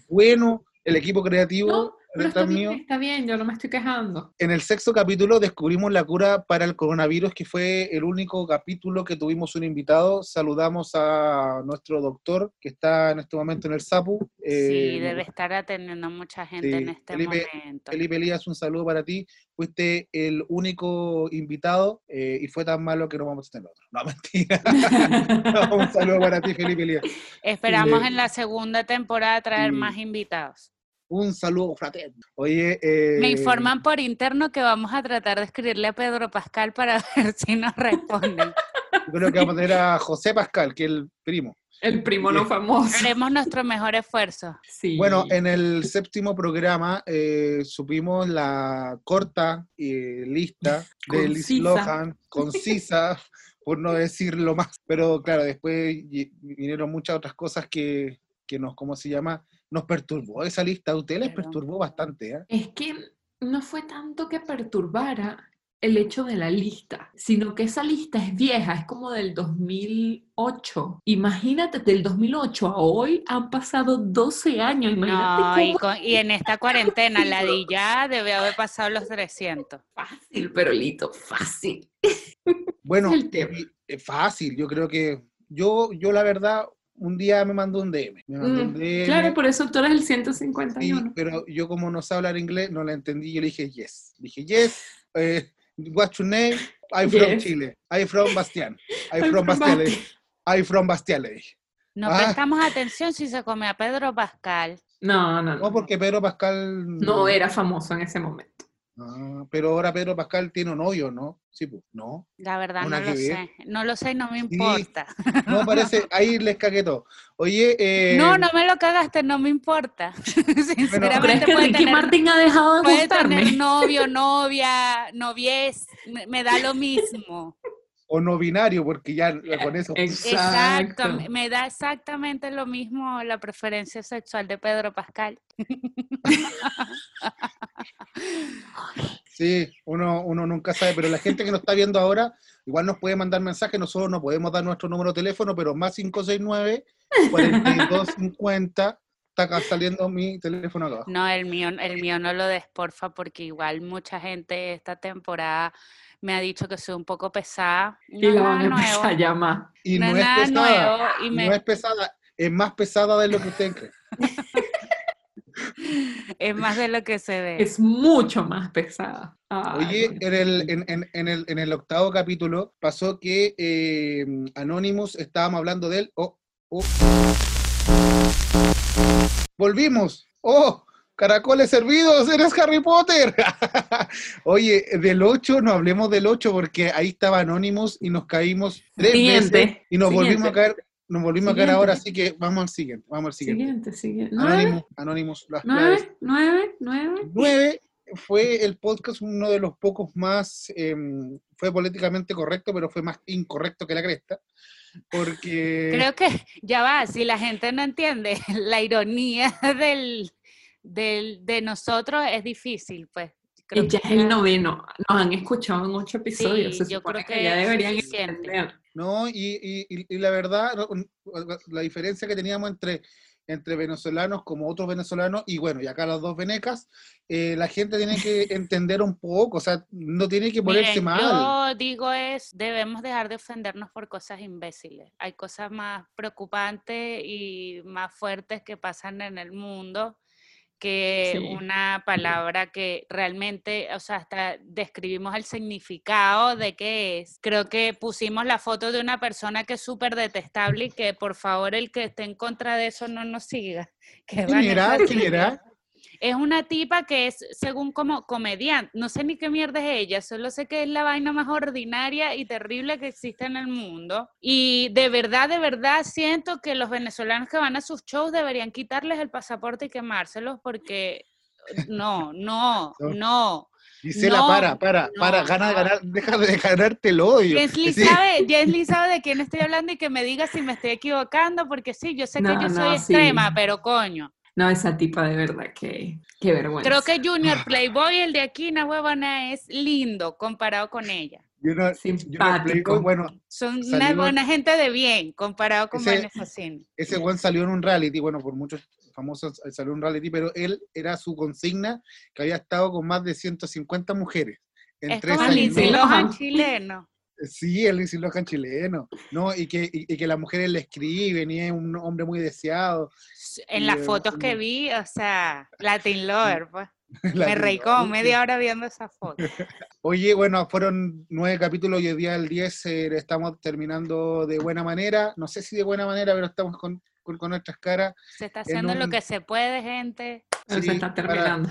[SPEAKER 1] bueno, el equipo creativo.
[SPEAKER 3] No, pero está
[SPEAKER 1] detrás mío.
[SPEAKER 3] bien, está bien, yo no me estoy quejando.
[SPEAKER 1] En el sexto capítulo descubrimos la cura para el coronavirus, que fue el único capítulo que tuvimos un invitado. Saludamos a nuestro doctor, que está en este momento en el SAPU.
[SPEAKER 2] Sí,
[SPEAKER 1] Eh,
[SPEAKER 2] debe estar atendiendo mucha gente
[SPEAKER 1] sí,
[SPEAKER 2] en este
[SPEAKER 1] Felipe-
[SPEAKER 2] momento.
[SPEAKER 1] Felipe Elías, un saludo para ti. Fuiste el único invitado eh, y fue tan malo que no vamos a tener otro. No, mentira. No, un saludo para ti, Felipe Elías.
[SPEAKER 2] Esperamos
[SPEAKER 1] Felipe-
[SPEAKER 2] en la segunda temporada traer
[SPEAKER 1] Sí.
[SPEAKER 2] más invitados.
[SPEAKER 1] Un saludo fraterno. Oye, eh,
[SPEAKER 2] Me informan por interno que vamos a tratar de escribirle a Pedro Pascal para ver si nos responde.
[SPEAKER 1] yo creo que vamos a tener a José Pascal, que es el primo.
[SPEAKER 3] El primo no
[SPEAKER 1] Bien.
[SPEAKER 3] famoso.
[SPEAKER 2] Haremos nuestro mejor esfuerzo.
[SPEAKER 3] Sí.
[SPEAKER 1] Bueno, en el séptimo programa eh, supimos la corta eh, lista de Liz
[SPEAKER 3] Concisa.
[SPEAKER 1] Lohan, concisa, por no decirlo más. Pero claro, después vi- vinieron muchas otras cosas que, que nos, ¿cómo se llama? Nos perturbó esa lista. A ustedes les
[SPEAKER 2] Perdón.
[SPEAKER 1] perturbó bastante, ¿eh?
[SPEAKER 3] Es que no fue tanto que perturbara el hecho de la lista, sino que esa lista es vieja, es como del 2008. Imagínate, del 2008 a hoy han pasado 12 años, imagínate
[SPEAKER 2] No, y,
[SPEAKER 3] cómo
[SPEAKER 2] con- y en esta cuarentena, la de ya debe haber pasado los 300.
[SPEAKER 3] fácil, pero Lito, fácil.
[SPEAKER 1] Bueno,
[SPEAKER 3] el tema.
[SPEAKER 1] y- es fácil. Yo creo que yo, yo la verdad, un día me mandó un DM. Me mandó un
[SPEAKER 3] Mm,
[SPEAKER 1] DM.
[SPEAKER 3] Claro, por eso tú eres el 151.
[SPEAKER 1] Eh, Sí, pero yo como no sé hablar inglés, no la entendí. Yo le dije yes. Dije yes. eh, what's your name? I'm from
[SPEAKER 3] Yes.
[SPEAKER 1] Chile. I'm from Bastián. I'm, from
[SPEAKER 3] I'm from
[SPEAKER 1] Bastián. le
[SPEAKER 3] Bastián.
[SPEAKER 1] dije. I'm from Bastián, le dije.
[SPEAKER 2] No
[SPEAKER 1] Ah.
[SPEAKER 2] prestamos atención si se come a Pedro Pascal.
[SPEAKER 3] No, no,
[SPEAKER 1] No,
[SPEAKER 3] no.
[SPEAKER 1] porque Pedro Pascal.
[SPEAKER 3] No era famoso en ese momento.
[SPEAKER 1] Ah, pero ahora Pedro Pascal tiene un novio, ¿no? Sí, pues, no.
[SPEAKER 2] La verdad
[SPEAKER 1] Una
[SPEAKER 2] no lo
[SPEAKER 1] que ver.
[SPEAKER 2] sé. No lo sé y no me importa.
[SPEAKER 1] No, parece. Ahí les cagué todo. Oye. eh,
[SPEAKER 2] No, no me lo cagaste, no me importa.
[SPEAKER 1] Realmente
[SPEAKER 3] ¿Crees
[SPEAKER 2] Sinceramente
[SPEAKER 3] que
[SPEAKER 2] puede
[SPEAKER 3] Ricky
[SPEAKER 2] tener-
[SPEAKER 3] Martin ha dejado de
[SPEAKER 2] puede
[SPEAKER 3] gustarme?
[SPEAKER 2] tener novio, novia, noviez, me, me da lo mismo.
[SPEAKER 1] O no binario, porque ya con eso.
[SPEAKER 2] Exacto. me- me da exactamente lo mismo la preferencia sexual de Pedro Pascal.
[SPEAKER 1] Sí, uno, uno nunca sabe, pero la gente que nos está viendo ahora, igual nos puede mandar mensajes, nosotros no podemos dar nuestro número de teléfono, pero más 569 4250 está acá saliendo mi teléfono acá. abajo.
[SPEAKER 2] No, el mío, el mío no lo des, porfa, porque igual mucha gente esta temporada me ha dicho que soy un poco pesada. No
[SPEAKER 3] Y
[SPEAKER 2] es
[SPEAKER 3] la
[SPEAKER 2] nada
[SPEAKER 3] van a empezar a
[SPEAKER 2] nuevo,
[SPEAKER 3] llamar.
[SPEAKER 1] Y
[SPEAKER 2] no
[SPEAKER 1] no,
[SPEAKER 2] es
[SPEAKER 1] es
[SPEAKER 2] nada
[SPEAKER 1] pesada,
[SPEAKER 2] nuevo y me-
[SPEAKER 1] no es pesada, es más pesada de lo que ustedes creen.
[SPEAKER 2] es más de lo que se ve.
[SPEAKER 3] es mucho más pesada. Ah,
[SPEAKER 1] Oye, eh,
[SPEAKER 3] no.
[SPEAKER 1] en el, en, en- en el, en el octavo capítulo pasó que eh, Anonymous, estábamos hablando de él. Oh, oh. Volvimos. Oh, caracoles servidos, eres Harry Potter. Oye, del 8, no hablemos del 8 porque ahí estaba Anonymous y nos caímos tres
[SPEAKER 3] Siguiente,
[SPEAKER 1] veces y nos volvimos a
[SPEAKER 3] siguiente.
[SPEAKER 1] caer. Nos volvimos a caer ahora, así
[SPEAKER 3] Siguiente.
[SPEAKER 1] que vamos al siguiente. Vamos al siguiente.
[SPEAKER 3] siguiente, siguiente. Nueve,
[SPEAKER 1] Anonymous, Anonymous, las claves.
[SPEAKER 3] nueve, nueve, nueve.
[SPEAKER 1] 9 fue el podcast uno de los pocos más, em, fue políticamente correcto, pero fue más incorrecto que la cresta, porque
[SPEAKER 2] Creo que ya va, si la gente no entiende la ironía del, del- de nosotros es difícil, pues. creo
[SPEAKER 3] Y ya
[SPEAKER 2] que
[SPEAKER 3] es el
[SPEAKER 2] ya-
[SPEAKER 3] noveno. Nos han escuchado en ocho episodios.
[SPEAKER 2] Sí,
[SPEAKER 3] Se
[SPEAKER 2] yo
[SPEAKER 3] supone
[SPEAKER 2] creo
[SPEAKER 3] que,
[SPEAKER 2] que
[SPEAKER 3] ya
[SPEAKER 2] es
[SPEAKER 3] deberían
[SPEAKER 2] suficiente.
[SPEAKER 3] entender.
[SPEAKER 1] ¿no? Y, y- y- y la verdad, no, un- la diferencia que teníamos entre, entre venezolanos como otros venezolanos, y bueno, y acá las dos venecas, eh, la gente tiene que entender un poco, o sea, no tiene que ponerse
[SPEAKER 2] Miren,
[SPEAKER 1] mal.
[SPEAKER 2] Yo digo es, debemos dejar de ofendernos por cosas imbéciles. Hay cosas más preocupantes y más fuertes que pasan en el mundo que
[SPEAKER 3] Sí.
[SPEAKER 2] una palabra que realmente, o sea, hasta describimos el significado de qué es. Creo que pusimos la foto de una persona que es súper detestable y que por favor el que esté en contra de eso no nos siga. Que
[SPEAKER 1] ¿Quién era?
[SPEAKER 2] Vanessa
[SPEAKER 1] ¿Quién
[SPEAKER 2] Kirby.
[SPEAKER 1] era?
[SPEAKER 2] Es una tipa que es, según como comediante, no sé ni qué mierda es ella, solo sé que es la vaina más ordinaria y terrible que existe en el mundo. Y de verdad, de verdad siento que los venezolanos que van a sus shows deberían quitarles el pasaporte y quemárselos porque no, no,
[SPEAKER 1] No.
[SPEAKER 2] no.
[SPEAKER 1] Gisela,
[SPEAKER 2] No,
[SPEAKER 1] para, para,
[SPEAKER 2] no,
[SPEAKER 1] para, gana de
[SPEAKER 2] no.
[SPEAKER 1] ganar, deja de ganarte el odio.
[SPEAKER 2] Jensly
[SPEAKER 1] Sí.
[SPEAKER 2] sabe, Jensly sabe de quién estoy hablando y que me diga si me estoy equivocando porque sí, yo sé que
[SPEAKER 3] No,
[SPEAKER 2] yo soy
[SPEAKER 3] no, sí.
[SPEAKER 2] extrema, pero coño.
[SPEAKER 3] No, esa tipa de verdad que qué vergüenza.
[SPEAKER 2] Creo que Junior Playboy, el de aquí, una huevona, es lindo comparado con ella.
[SPEAKER 1] Yo no- yo no
[SPEAKER 3] Simpático.
[SPEAKER 1] bueno,
[SPEAKER 2] Son una
[SPEAKER 1] Salió-
[SPEAKER 2] buena gente de bien comparado con
[SPEAKER 1] Ese-
[SPEAKER 2] Vanessa Sin.
[SPEAKER 1] Ese buen salió en un reality, bueno, por muchos famoso Salón Reality, pero él era su consigna que había estado con más de 150 mujeres.
[SPEAKER 2] es como el Lindsay Lohan chileno.
[SPEAKER 1] Sí, el Lindsay Lohan chileno, ¿no? Y que, y, y que las mujeres le escriben y es un hombre muy deseado.
[SPEAKER 2] En
[SPEAKER 1] Y,
[SPEAKER 2] las
[SPEAKER 1] eh,
[SPEAKER 2] fotos que vi, o sea, Latin Lover, pues. Me
[SPEAKER 1] Latin
[SPEAKER 2] reí como
[SPEAKER 1] Lover.
[SPEAKER 2] media hora viendo esa foto.
[SPEAKER 1] Oye, bueno, fueron nueve capítulos y hoy día el 10 eh, lo estamos terminando de buena manera. No sé si de buena manera, pero estamos con, con- con nuestras caras
[SPEAKER 2] Se está haciendo lo
[SPEAKER 1] un-
[SPEAKER 2] que se puede, gente.
[SPEAKER 3] Pero
[SPEAKER 1] Sí,
[SPEAKER 3] se está
[SPEAKER 1] para-
[SPEAKER 3] terminando.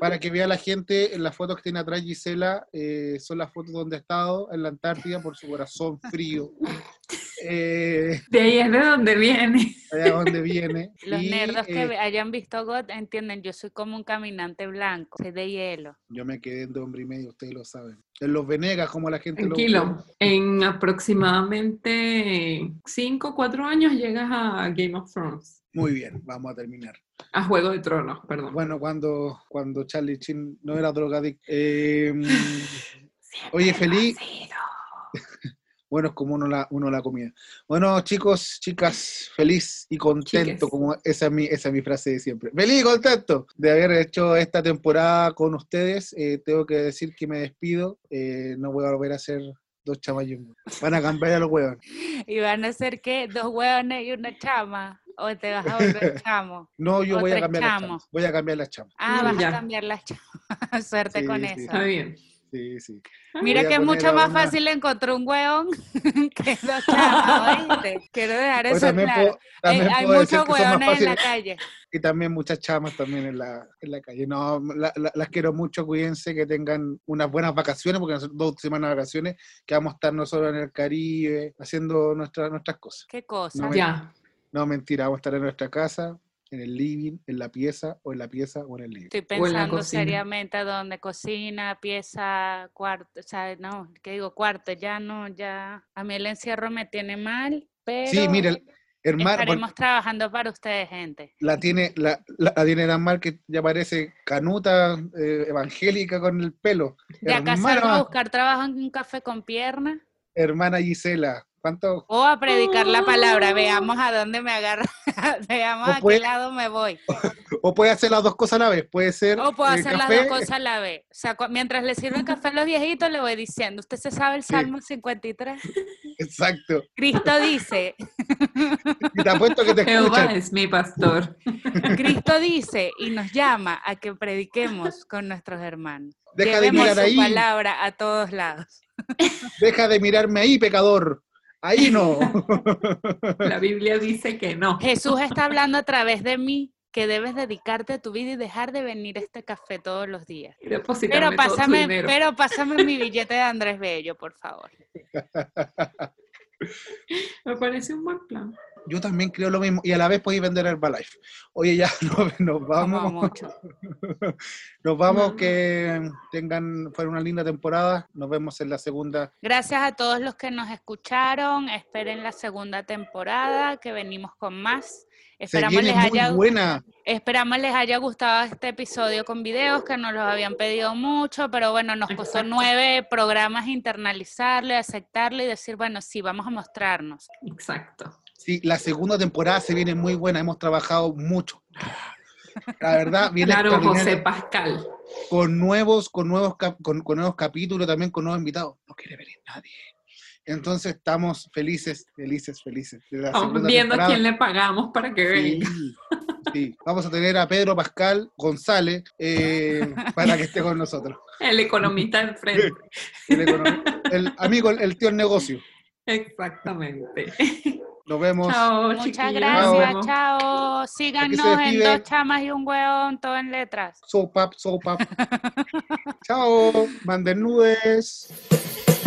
[SPEAKER 1] para que vea la gente las fotos que tiene atrás Gisela. eh, son las fotos donde ha estado en la Antártida por su corazón frío. Eh,
[SPEAKER 3] De ahí es de donde viene.
[SPEAKER 1] allá donde viene.
[SPEAKER 2] Los
[SPEAKER 1] Y,
[SPEAKER 2] nerdos que
[SPEAKER 1] eh,
[SPEAKER 2] ve- hayan visto God entienden, yo soy como un caminante blanco, soy de hielo.
[SPEAKER 1] Yo me quedé en de hombre y medio, ustedes lo saben. En los Venegas, como la gente lo.
[SPEAKER 3] Tranquilo. En aproximadamente 5 o 4 años llegas a Game of Thrones.
[SPEAKER 1] Muy bien, vamos a terminar.
[SPEAKER 3] A Juego de Tronos, perdón.
[SPEAKER 1] Bueno, cuando, cuando Charlie Chin no era drogadicto. Eh,
[SPEAKER 3] Siempre
[SPEAKER 1] oye,
[SPEAKER 3] lo
[SPEAKER 1] feliz-
[SPEAKER 3] ha sido.
[SPEAKER 1] bueno, es como uno la, uno la comida. Bueno, chicos, chicas, feliz y contento,
[SPEAKER 3] Chiques.
[SPEAKER 1] como esa es, mi, esa es mi frase de siempre. Feliz y contento de haber hecho esta temporada con ustedes. Eh, tengo que decir que me despido. Eh, no voy a volver a ser dos chamallos. más. Van a cambiar a los huevos.
[SPEAKER 2] ¿Y van a ser qué? ¿Dos hueones y una chama? ¿O te vas a volver chamo?
[SPEAKER 1] No, yo
[SPEAKER 2] O
[SPEAKER 1] voy a
[SPEAKER 2] tres
[SPEAKER 1] cambiar las
[SPEAKER 2] chamos.
[SPEAKER 1] chamas. Voy a cambiar las chamas.
[SPEAKER 2] Ah, vas
[SPEAKER 3] Ya.
[SPEAKER 2] a cambiar las chamas. Suerte
[SPEAKER 1] Sí,
[SPEAKER 2] con
[SPEAKER 1] sí.
[SPEAKER 2] eso.
[SPEAKER 3] Está bien.
[SPEAKER 1] Sí, sí.
[SPEAKER 2] Mira
[SPEAKER 1] Voy a
[SPEAKER 2] que es
[SPEAKER 1] poner a
[SPEAKER 2] mucho más
[SPEAKER 1] una-
[SPEAKER 2] fácil encontrar un hueón que dos chamas, ¿oíste? Quiero dejar
[SPEAKER 1] Oye,
[SPEAKER 2] eso
[SPEAKER 1] también
[SPEAKER 2] claro.
[SPEAKER 1] puedo- también
[SPEAKER 2] hay hay
[SPEAKER 1] puedo decir
[SPEAKER 2] muchos
[SPEAKER 1] que son más
[SPEAKER 2] hueones en la
[SPEAKER 1] fáciles.
[SPEAKER 2] calle.
[SPEAKER 1] Y también muchas chamas también en la, en la calle. No, la- la- las quiero mucho, cuídense, que tengan unas buenas vacaciones, porque nosotros dos semanas de vacaciones que vamos a estar nosotros en el Caribe, haciendo nuestras nuestras cosas.
[SPEAKER 2] ¿Qué cosa?
[SPEAKER 1] No me-
[SPEAKER 3] Ya.
[SPEAKER 1] No, mentira, vamos a estar en nuestra casa, en el living, en la pieza, o en la pieza, o en el living.
[SPEAKER 2] Estoy
[SPEAKER 3] O en la
[SPEAKER 2] pensando
[SPEAKER 3] cocina.
[SPEAKER 2] seriamente a dónde cocina, pieza, cuarto, o sea, no, ¿qué digo? Cuarto, ya no, ya. A mí el encierro me tiene mal, pero
[SPEAKER 1] Sí, miren, hermano, porque
[SPEAKER 2] estaremos trabajando para ustedes, gente.
[SPEAKER 1] la tiene, la, la, la tiene tan mal que ya parece canuta eh, evangélica con el pelo.
[SPEAKER 2] De acá salgo a
[SPEAKER 1] Hermana,
[SPEAKER 2] buscar trabajo en un café con pierna
[SPEAKER 1] hermana Gisela, ¿cuánto?
[SPEAKER 2] o a predicar la palabra.
[SPEAKER 3] Oh.
[SPEAKER 2] Veamos a dónde me agarra, veamos
[SPEAKER 1] O
[SPEAKER 2] a qué
[SPEAKER 1] puede-
[SPEAKER 2] lado me voy.
[SPEAKER 1] O puede hacer las dos cosas a la vez, puede ser.
[SPEAKER 2] O puedo
[SPEAKER 1] eh,
[SPEAKER 2] hacer las
[SPEAKER 1] café,
[SPEAKER 2] dos cosas a la vez. O sea, cu- mientras le sirven café a los viejitos, le voy diciendo, ¿usted se sabe el
[SPEAKER 1] Sí.
[SPEAKER 2] Salmo 53?
[SPEAKER 1] Exacto.
[SPEAKER 2] Cristo dice,
[SPEAKER 1] Y te apuesto que te
[SPEAKER 3] Jehová
[SPEAKER 1] escuchan.
[SPEAKER 3] es mi pastor.
[SPEAKER 2] Cristo dice y nos llama a que prediquemos con nuestros hermanos.
[SPEAKER 1] Deja de
[SPEAKER 2] Llevemos
[SPEAKER 1] mirar
[SPEAKER 2] su
[SPEAKER 1] ahí.
[SPEAKER 2] palabra a todos lados.
[SPEAKER 1] Deja de mirarme ahí, pecador. Ahí no.
[SPEAKER 3] La Biblia dice que no.
[SPEAKER 2] Jesús está hablando a través de mí que debes dedicarte a tu vida y dejar de venir a este café todos los días.
[SPEAKER 3] Y depositarme
[SPEAKER 2] Pero
[SPEAKER 3] todo su
[SPEAKER 2] pásame,
[SPEAKER 3] dinero.
[SPEAKER 2] pero pásame mi billete de Andrés Bello, por favor.
[SPEAKER 3] Me parece un buen plan.
[SPEAKER 1] Yo también creo lo mismo. Y a la vez podéis vender Herbalife. Oye, ya no- nos
[SPEAKER 2] Como
[SPEAKER 1] vamos.
[SPEAKER 2] mucho.
[SPEAKER 1] Nos vamos.
[SPEAKER 3] No.
[SPEAKER 1] Que tengan, fue una linda temporada. Nos vemos en la segunda.
[SPEAKER 2] Gracias a todos los que nos escucharon. Esperen la segunda temporada, que venimos con más.
[SPEAKER 1] Se
[SPEAKER 2] Esperamos
[SPEAKER 1] viene
[SPEAKER 2] les
[SPEAKER 1] muy
[SPEAKER 2] haya
[SPEAKER 1] buena.
[SPEAKER 2] Esperamos les haya gustado este episodio con videos que nos los habían pedido mucho, pero bueno, nos costó
[SPEAKER 3] Exacto.
[SPEAKER 2] nueve programas internalizarlo y aceptarlo y decir, bueno, sí, vamos a mostrarnos.
[SPEAKER 3] Exacto.
[SPEAKER 1] Sí, la segunda temporada se viene muy buena. Hemos trabajado mucho. La verdad, viene
[SPEAKER 3] claro,
[SPEAKER 1] extraordinaria.
[SPEAKER 3] José Pascal.
[SPEAKER 1] con nuevos, con nuevos, cap- con, con nuevos capítulos, también con nuevos invitados. No quiere venir nadie. Entonces estamos felices, felices, felices. de la
[SPEAKER 3] Vamos
[SPEAKER 1] segunda
[SPEAKER 3] viendo a
[SPEAKER 1] temporada.
[SPEAKER 3] quién le pagamos para que venga.
[SPEAKER 1] Sí, sí. Vamos a tener a Pedro Pascal González eh, para que esté con nosotros.
[SPEAKER 3] El economista del frente.
[SPEAKER 1] El, econom- el amigo, el tío del negocio.
[SPEAKER 3] Exactamente.
[SPEAKER 1] Nos vemos.
[SPEAKER 3] Chao,
[SPEAKER 2] Muchas
[SPEAKER 3] chiquillos.
[SPEAKER 2] gracias,
[SPEAKER 1] Vamos.
[SPEAKER 2] chao. Síganos en
[SPEAKER 1] despide.
[SPEAKER 2] Dos Chamas y un Hueón, todo en letras.
[SPEAKER 1] Soap up, soap up. Chao. Manden nudes.